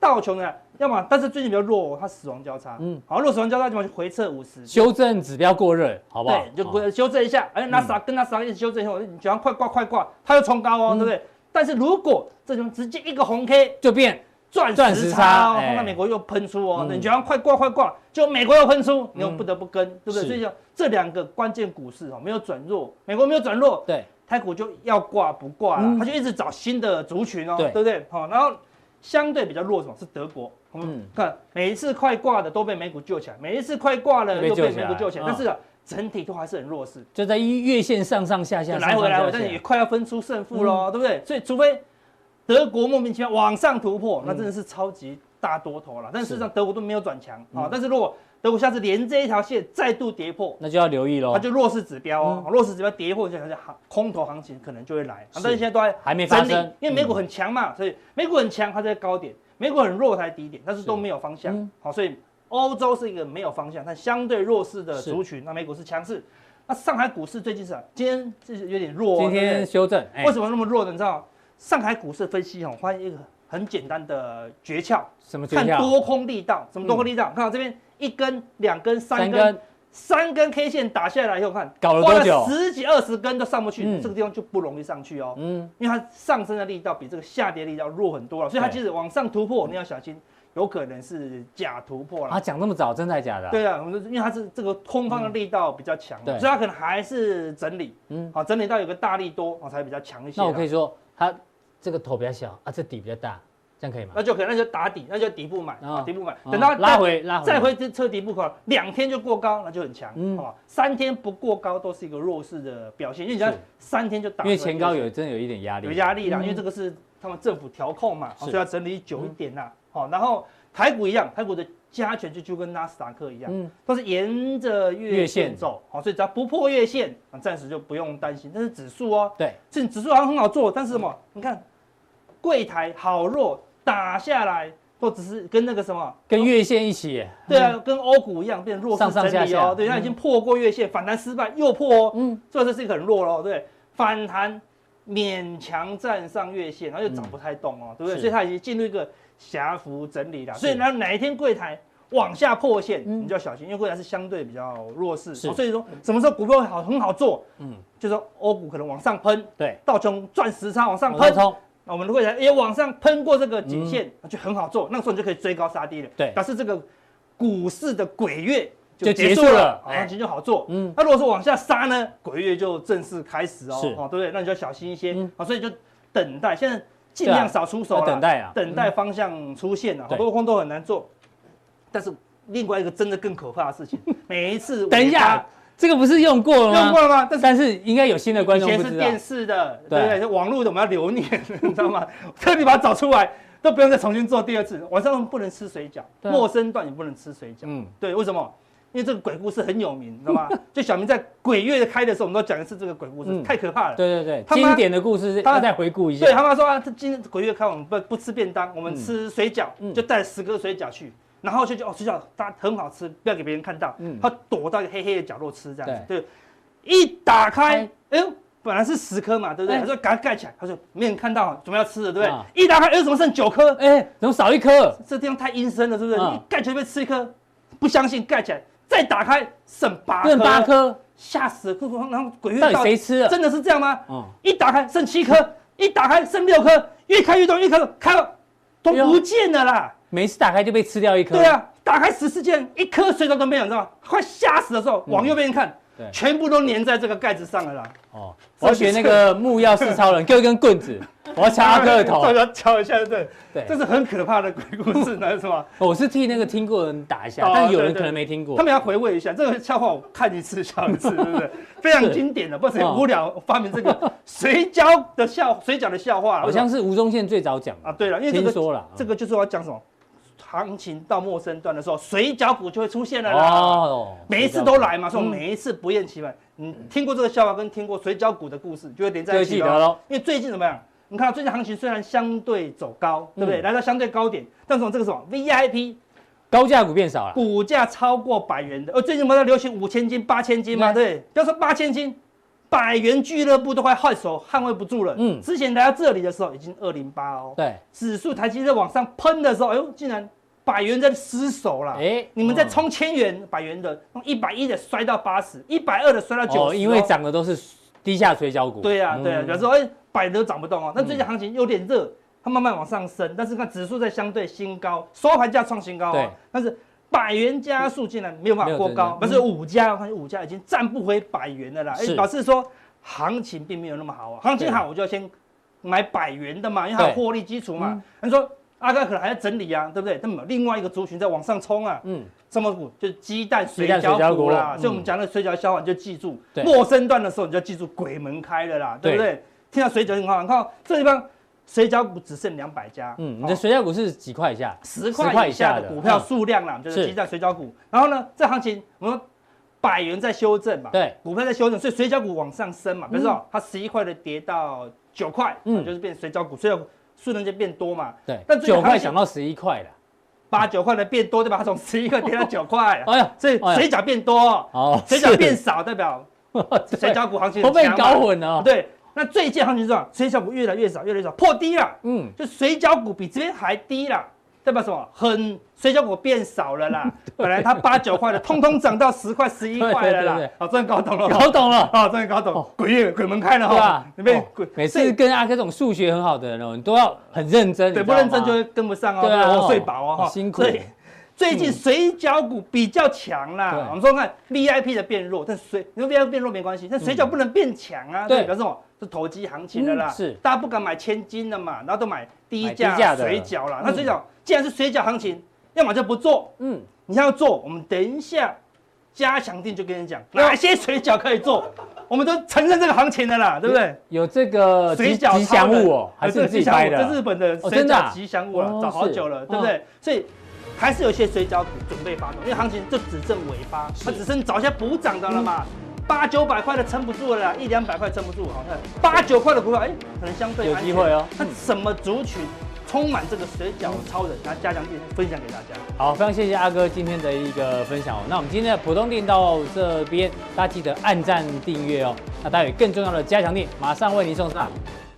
Speaker 4: 道琼呢，要么但是最近比较弱、哦，它死亡交叉，
Speaker 2: 嗯
Speaker 4: 嗯，好，弱死亡交叉就往回撤五十，
Speaker 2: 修正指标过热，好啊不好？
Speaker 4: 对，就
Speaker 2: 好嗯
Speaker 4: 规修正一下，哎，纳斯达克跟纳斯达克一起修正一下，你想要快挂快挂，它又冲高哦，
Speaker 2: 嗯
Speaker 4: 对不对？但是如果这种直接一个红 K
Speaker 2: 就变
Speaker 4: 钻
Speaker 2: 钻石
Speaker 4: 石
Speaker 2: 差
Speaker 4: 叉哦，
Speaker 2: 哎
Speaker 4: 碰到美国又喷出哦，
Speaker 2: 嗯
Speaker 4: 你想要快挂快挂，就美国又喷出，你又
Speaker 2: 嗯
Speaker 4: 不得不跟，对不对？
Speaker 2: 是
Speaker 4: 所以讲这两个关键股市哦，没有转弱，美国没有转弱，
Speaker 2: 对，
Speaker 4: 台股就要挂不挂啦
Speaker 2: 嗯，
Speaker 4: 它就一直找新的族群哦，
Speaker 2: 对
Speaker 4: 对不对？好，然后相对比较弱什么是德国，我
Speaker 2: 嗯
Speaker 4: 们看每一次快挂的都被美股救起来，每一次快挂了
Speaker 2: 又
Speaker 4: 又
Speaker 2: 被救
Speaker 4: 被
Speaker 2: 起
Speaker 4: 美
Speaker 2: 来
Speaker 4: 股救起来
Speaker 2: 嗯，
Speaker 4: 但是啊整体都还是很弱势。
Speaker 2: 就在一月线上上下下，
Speaker 4: 就
Speaker 2: 上
Speaker 4: 来回
Speaker 2: 上下
Speaker 4: 来回，
Speaker 2: 下
Speaker 4: 但是也快要分出胜负喽，对不对？所以除非德国莫名其妙往上突破，那真的是超级大多头了。但事实上德国都没有转强啊。但是如果德国下次连这一条线再度跌破，
Speaker 2: 那就要留意喽
Speaker 4: 它。就弱势指标哦，弱势指标跌破就行空头行情可能就会来。啊
Speaker 2: 是
Speaker 4: 但是现在都还
Speaker 2: 还没发
Speaker 4: 整理
Speaker 2: 生，嗯
Speaker 4: 因为美股很强嘛，所以美股很强，它在高点；美股很弱，它在低点，但是都没有方向
Speaker 2: 嗯。
Speaker 4: 好，所以欧洲是一个没有方向，但相对弱势的族群，那美股是强势。那上海股市最近是啊今天是有点弱哦，
Speaker 2: 今
Speaker 4: 对
Speaker 2: 天
Speaker 4: 不对
Speaker 2: 修正，哎
Speaker 4: 为什么那么弱呢？你知道上海股市分析哦，发现一个很简单的诀窍，
Speaker 2: 什么诀
Speaker 4: 看
Speaker 2: 窍？嗯
Speaker 4: 多空力道，什么多空力道？看到这边一根、两根、三
Speaker 2: 三
Speaker 4: 根
Speaker 2: 根。
Speaker 4: 三根 K 线打下来以后看，
Speaker 2: 搞了
Speaker 4: 花
Speaker 2: 多久
Speaker 4: 十几二十根都上不去，
Speaker 2: 嗯
Speaker 4: 这个地方就不容易上去哦，
Speaker 2: 嗯，
Speaker 4: 因为它上升的力道比这个下跌力道弱很多了，所以它
Speaker 2: 对
Speaker 4: 即使往上突破，你要小心，有可能是假突破
Speaker 2: 啊，
Speaker 4: 了。
Speaker 2: 讲那么早，真的还假的啊？
Speaker 4: 对啊，我们说，因为它是这个空方的力道比较强
Speaker 2: 嗯对
Speaker 4: 嘛，所以它可能还是整理，
Speaker 2: 嗯
Speaker 4: 嗯，好，整理到有个大力多，哦，才比较强一些
Speaker 2: 那
Speaker 4: 啦。
Speaker 2: 我可以说，它这个头比较小啊，这底比较大，这样可以吗
Speaker 4: 那？就可能那就打底，那就底部买，
Speaker 2: 啊
Speaker 4: 啊底部买，
Speaker 2: 啊
Speaker 4: 等到
Speaker 2: 拉回拉回
Speaker 4: 再回这彻底不可，两天就过高，那就很强，
Speaker 2: 嗯
Speaker 4: 好吧？三天不过高都是一个弱势的表现，因为你要
Speaker 2: 是
Speaker 4: 三天就打
Speaker 2: 因
Speaker 4: 回
Speaker 2: 为
Speaker 4: 来就
Speaker 2: 前
Speaker 4: 行，
Speaker 2: 高有真的有一点压力，
Speaker 4: 有压力啦，
Speaker 2: 嗯
Speaker 4: 因为这个是他们政府调控嘛，哦
Speaker 2: 是嗯
Speaker 4: 所以要整理久一点啦。好，然后台股一样，台股的加权就就跟纳斯达克一样，
Speaker 2: 嗯
Speaker 4: 都是沿着
Speaker 2: 月
Speaker 4: 月
Speaker 2: 线
Speaker 4: 线走，好，所以只要不破月线，啊暂时就不用担心。但是指数哦，
Speaker 2: 对，嗯
Speaker 4: 这指数好像很好做，但是什么？你看，柜台好弱，打下来或只是跟那个什么，
Speaker 2: 跟月线一起，
Speaker 4: 对啊，跟欧股一样变弱势
Speaker 2: 嗯上上
Speaker 4: 整理
Speaker 2: 下下
Speaker 4: 哦，对，它已经破过月线，反弹失败又破哦，
Speaker 2: 嗯，
Speaker 4: 所以这是一个很弱喽，对，反弹勉强站上月线，然后又涨不太动哦，对不
Speaker 2: 嗯
Speaker 4: 对？
Speaker 2: 是
Speaker 4: 所以它已经进入一个狭幅整理了，
Speaker 2: 是
Speaker 4: 所以然后哪一天柜台往下破线，
Speaker 2: 嗯
Speaker 4: 你就要小心，因为柜台是相对比较弱势，
Speaker 2: 是
Speaker 4: 哦所以说什么时候股票好很好做，
Speaker 2: 嗯
Speaker 4: 嗯，就是说欧股可能往上喷，
Speaker 2: 对，
Speaker 4: 道琼钻石差往上
Speaker 2: 往上
Speaker 4: 喷，
Speaker 2: 冲，
Speaker 4: 那我们如果也往上喷过这个颈线，那就很好做，那个时候你就可以追高杀低了。
Speaker 2: 嗯对
Speaker 4: 表示这个股市的鬼月
Speaker 2: 就结束了
Speaker 4: 行
Speaker 2: 哎
Speaker 4: 情就好做。
Speaker 2: 嗯
Speaker 4: 嗯，那如果说往下杀呢，鬼月就正式开始哦，
Speaker 2: 是
Speaker 4: 哦，对不对？那你就要小心一些哦
Speaker 2: 嗯
Speaker 4: 好，所以就等待，现在尽
Speaker 2: 对啊
Speaker 4: 量少出手
Speaker 2: 要
Speaker 4: 啦
Speaker 2: 等待啊，
Speaker 4: 等待方向出现了，
Speaker 2: 对
Speaker 4: 好多空都很难做。但是另外一个真的更可怕的
Speaker 2: [LAUGHS]
Speaker 4: 事情，每一次
Speaker 2: 等一下，这个不是用过了
Speaker 4: 尾巴，
Speaker 2: 吗？
Speaker 4: 用过了吗？但是
Speaker 2: 但是应该有新的观
Speaker 4: 以
Speaker 2: 众
Speaker 4: 前
Speaker 2: 不
Speaker 4: 是
Speaker 2: 知道
Speaker 4: 电，视的，
Speaker 2: 对
Speaker 4: 对不对？网络的我们要留念， [LAUGHS] 你知道吗？特地把它找出来，都不用再重新做第二次。晚上不能吃水饺，
Speaker 2: 对啊
Speaker 4: 陌生段也不能吃水饺。
Speaker 2: 嗯，
Speaker 4: 对，为什么？因为这个鬼故事很有名，你知道
Speaker 2: [LAUGHS]
Speaker 4: 吗？就小明在鬼月开的时候，我们都讲一次这个鬼故事，
Speaker 2: 嗯
Speaker 4: 太可怕了。
Speaker 2: 对对对，
Speaker 4: 他妈
Speaker 2: 经典的故事，
Speaker 4: 他
Speaker 2: 他再回顾一下，
Speaker 4: 对他妈说啊，他今天鬼月开，我们不不吃便当，我们吃水饺，
Speaker 2: 嗯
Speaker 4: 就带了十个水饺去，然后就就哦水饺它很好吃，不要给别人看到，
Speaker 2: 嗯
Speaker 4: 他躲到一个黑黑的角落吃这样子，对，一打开，哎呦。本来是十颗嘛，对不对？
Speaker 2: 哎
Speaker 4: 他说赶快盖起来，他说没人看到，准备要吃了，对不对
Speaker 2: 啊？
Speaker 4: 一打开，哎，怎么剩九颗？
Speaker 2: 哎，怎么少一颗？
Speaker 4: 这地方太阴森了，是不是？
Speaker 2: 嗯
Speaker 4: 你盖起来被吃一颗，不相信，盖起来再打开，剩八颗，
Speaker 2: 剩八，颗，
Speaker 4: 吓死了！然后鬼月
Speaker 2: 到底谁吃了？
Speaker 4: 真的是这样吗？
Speaker 2: 嗯，
Speaker 4: 一打开剩七颗，一打开剩六颗，越开越多，越开越多开了都
Speaker 2: 哎呦
Speaker 4: 不见了啦。
Speaker 2: 每次打开就被吃掉一颗，
Speaker 4: 对，啊，打开十四件，一颗水饺都没有，你知道吗？快吓死的时候，往右边看
Speaker 2: 对，
Speaker 4: 全部都粘在这个盖子上了啦。
Speaker 2: 哦，我要学那个木曜四超人，给我一根棍
Speaker 4: [LAUGHS]
Speaker 2: 子，我要掐他个头
Speaker 4: 大。家敲一下，对，
Speaker 2: 对
Speaker 4: 这是很可怕的鬼故事，呢，是吧？
Speaker 2: 哦我是替那个听过的人打一下
Speaker 4: 哦，
Speaker 2: 但是有人
Speaker 4: 对对
Speaker 2: 可能没听过
Speaker 4: 他。们要回味一下这个笑话，我看一次笑一次，对不对？非常经典的，不知道谁无聊发明这个水饺的笑，水饺的笑话啦，
Speaker 2: 好像是吴宗宪最早讲
Speaker 4: 啊，
Speaker 2: 的，
Speaker 4: 对了，因为这
Speaker 2: 听
Speaker 4: 个
Speaker 2: 说了啊
Speaker 4: 这个就是我要讲什么，行情到陌生段的时候，水饺股就会出现了啦。
Speaker 2: 哦，
Speaker 4: 每一次都来嘛，所以我
Speaker 2: 嗯
Speaker 4: 每一次不厌其烦。你听过这个笑话，跟听过水饺股的故事，就会连在一起
Speaker 2: 就会记得咯
Speaker 4: 了。因为最近怎么样？你看到最近行情虽然相对走高，对不对？
Speaker 2: 嗯
Speaker 4: 来到相对高点，但是从这个什么 VIP
Speaker 2: 高价股变少了，
Speaker 4: 股价超过百元的，呃，最近不是流行五千金、八千金吗？
Speaker 2: 嗯
Speaker 4: 对，不要说八千金，百元俱乐部都快换手捍卫不住了。
Speaker 2: 嗯
Speaker 4: 嗯，之前来到这里的时候已经二零八哦，
Speaker 2: 对，
Speaker 4: 指数台积在往上喷的时候，哎呦，竟然百元在失手了。
Speaker 2: 哎
Speaker 4: 啊你们在冲千元、百元的，用一百一的摔到八十，一百二的摔到九
Speaker 2: 哦，
Speaker 4: 十、
Speaker 2: 因为。涨的都是低价水饺股，
Speaker 4: 对呀、对呀、
Speaker 2: 嗯
Speaker 4: 有时候哎，百都涨不动哦。那最近行情有点热，它慢慢往上升，但是看指数在相对新高，收盘价创新高
Speaker 2: 对
Speaker 4: 哦，但是。百元加速竟然没有办
Speaker 2: 没有
Speaker 4: 法过
Speaker 2: 增
Speaker 4: 高，
Speaker 2: 加
Speaker 4: 不是五家，我发现五家已经站不回百元的啦。哎
Speaker 2: 是，
Speaker 4: 表示说行情并没有那么好啊。行情好，我就要先买百元的嘛，因为它有
Speaker 2: 对嗯
Speaker 4: 获利基础嘛。你说阿哥可能还在整理啊，对不对？那么另外一个族群在往上冲啊，
Speaker 2: 嗯，
Speaker 4: 什么股就是鸡蛋水
Speaker 2: 鸡蛋水饺
Speaker 4: 饺
Speaker 2: 股
Speaker 4: 股啦
Speaker 2: 嗯。
Speaker 4: 所以我们讲那个水饺笑话，你就记住
Speaker 2: 对，
Speaker 4: 陌生段的时候你就记住鬼门开了啦，对不对？听到水饺很好，你看哦这地方水饺股只剩两百家，
Speaker 2: 嗯，你
Speaker 4: 哦
Speaker 2: 的水饺股是几块以下？
Speaker 4: 十
Speaker 2: 10块
Speaker 4: 块
Speaker 2: 以
Speaker 4: 以
Speaker 2: 下
Speaker 4: 下
Speaker 2: 的
Speaker 4: 的股票数量啦，就是是鸡蛋水饺股。然后呢，这行情我们说百元在修正嘛，
Speaker 2: 对，
Speaker 4: 股票在修正，所以水饺股往上升嘛。比如说它十一块的跌到九块，
Speaker 2: 嗯
Speaker 4: 嗯，就是变水饺股，水饺股数量就变多嘛。
Speaker 2: 对
Speaker 4: 但，最近
Speaker 2: 九块
Speaker 4: 行情
Speaker 2: 涨到十一块了，
Speaker 4: 八九块的变多，对吧？它从十一块跌到九块，
Speaker 2: 哎呀，
Speaker 4: 所以
Speaker 2: 哎呀
Speaker 4: 水饺变多，
Speaker 2: 哦
Speaker 4: 水饺变
Speaker 2: 是
Speaker 4: 少，代表
Speaker 2: [LAUGHS] 对
Speaker 4: 水饺股
Speaker 2: [LAUGHS]
Speaker 4: 行情
Speaker 2: 都被
Speaker 4: 很强嘛
Speaker 2: 搞混了，，哦
Speaker 4: [LAUGHS] 对，那最近行情是这样，水饺股越来越少，越来越少，破低了，
Speaker 2: 嗯，
Speaker 4: 就水饺股比这边还低了，代表什么？很水饺股变少
Speaker 2: [LAUGHS]
Speaker 4: 了啦。本来它八九块的，通通涨到十块、十一块了
Speaker 2: 对对对
Speaker 4: 啦
Speaker 2: 对。
Speaker 4: 好，终于搞懂了，
Speaker 2: 搞懂了。
Speaker 4: 啊，终于搞懂
Speaker 2: 哦，
Speaker 4: 鬼月鬼门开了
Speaker 2: 对
Speaker 4: 哈
Speaker 2: 吧，？
Speaker 4: 你被
Speaker 2: 哦
Speaker 4: 鬼
Speaker 2: 每
Speaker 4: 所
Speaker 2: 次
Speaker 4: 以
Speaker 2: 跟阿哥这种数学很好的人哦，你都要很认真，
Speaker 4: 对
Speaker 2: 你知
Speaker 4: 不
Speaker 2: 道
Speaker 4: 认真
Speaker 2: 吗
Speaker 4: 就会跟不上哦，
Speaker 2: 对
Speaker 4: 对
Speaker 2: 啊
Speaker 4: 我睡饱哦
Speaker 2: 好
Speaker 4: 哈，
Speaker 2: 辛苦
Speaker 4: 所以最近
Speaker 2: 嗯
Speaker 4: 水饺股比较强
Speaker 2: 对
Speaker 4: 啦，我们说看 VIP 的变弱，但水你说 VIP 变弱没关系，但水饺不能变强啊，
Speaker 2: 嗯对
Speaker 4: 对，表示什么？是投机行情的啦，
Speaker 2: 嗯是
Speaker 4: 大家不敢买千金的嘛，然后都买低
Speaker 2: 买低价
Speaker 4: 价
Speaker 2: 的
Speaker 4: 水饺啦。
Speaker 2: 嗯
Speaker 4: 那水饺既然是水饺行情，要么就不做，
Speaker 2: 嗯，
Speaker 4: 你要做，我们等一下加强定就跟你讲哪些水饺可以做，我们都承认这个行情的啦，对不对？
Speaker 2: 有这个
Speaker 4: 水
Speaker 2: 吉
Speaker 4: 饺
Speaker 2: 吉祥物
Speaker 4: 超
Speaker 2: 哦
Speaker 4: 人，
Speaker 2: 还
Speaker 4: 有
Speaker 2: 是你
Speaker 4: 这
Speaker 2: 自
Speaker 4: 个
Speaker 2: 己
Speaker 4: 哎吉
Speaker 2: 拍
Speaker 4: 祥物，
Speaker 2: 的啊？
Speaker 4: 这日本的
Speaker 2: 哦
Speaker 4: 水
Speaker 2: 真的啊
Speaker 4: 饺吉祥物了
Speaker 2: 哦，
Speaker 4: 找好
Speaker 2: 是
Speaker 4: 久了，对不对？所以还是有一些水饺股准备发动，因为行情就只剩尾巴，它只剩找一些补涨的了嘛。
Speaker 2: 嗯
Speaker 4: 八九百块的撑不住了啦，一两百块撑不住，好像八九块的股票，哎，可能相对
Speaker 2: 有
Speaker 4: 安
Speaker 2: 机
Speaker 4: 全
Speaker 2: 会哦
Speaker 4: 那什么族群充满这个水饺超人，然后加强店分享给大家。
Speaker 2: 好，非常谢谢阿哥今天的一个分享哦。那我们今天的浦东店到这边，大家记得按赞订阅哦。那待会更重要的加强店马上为您送上。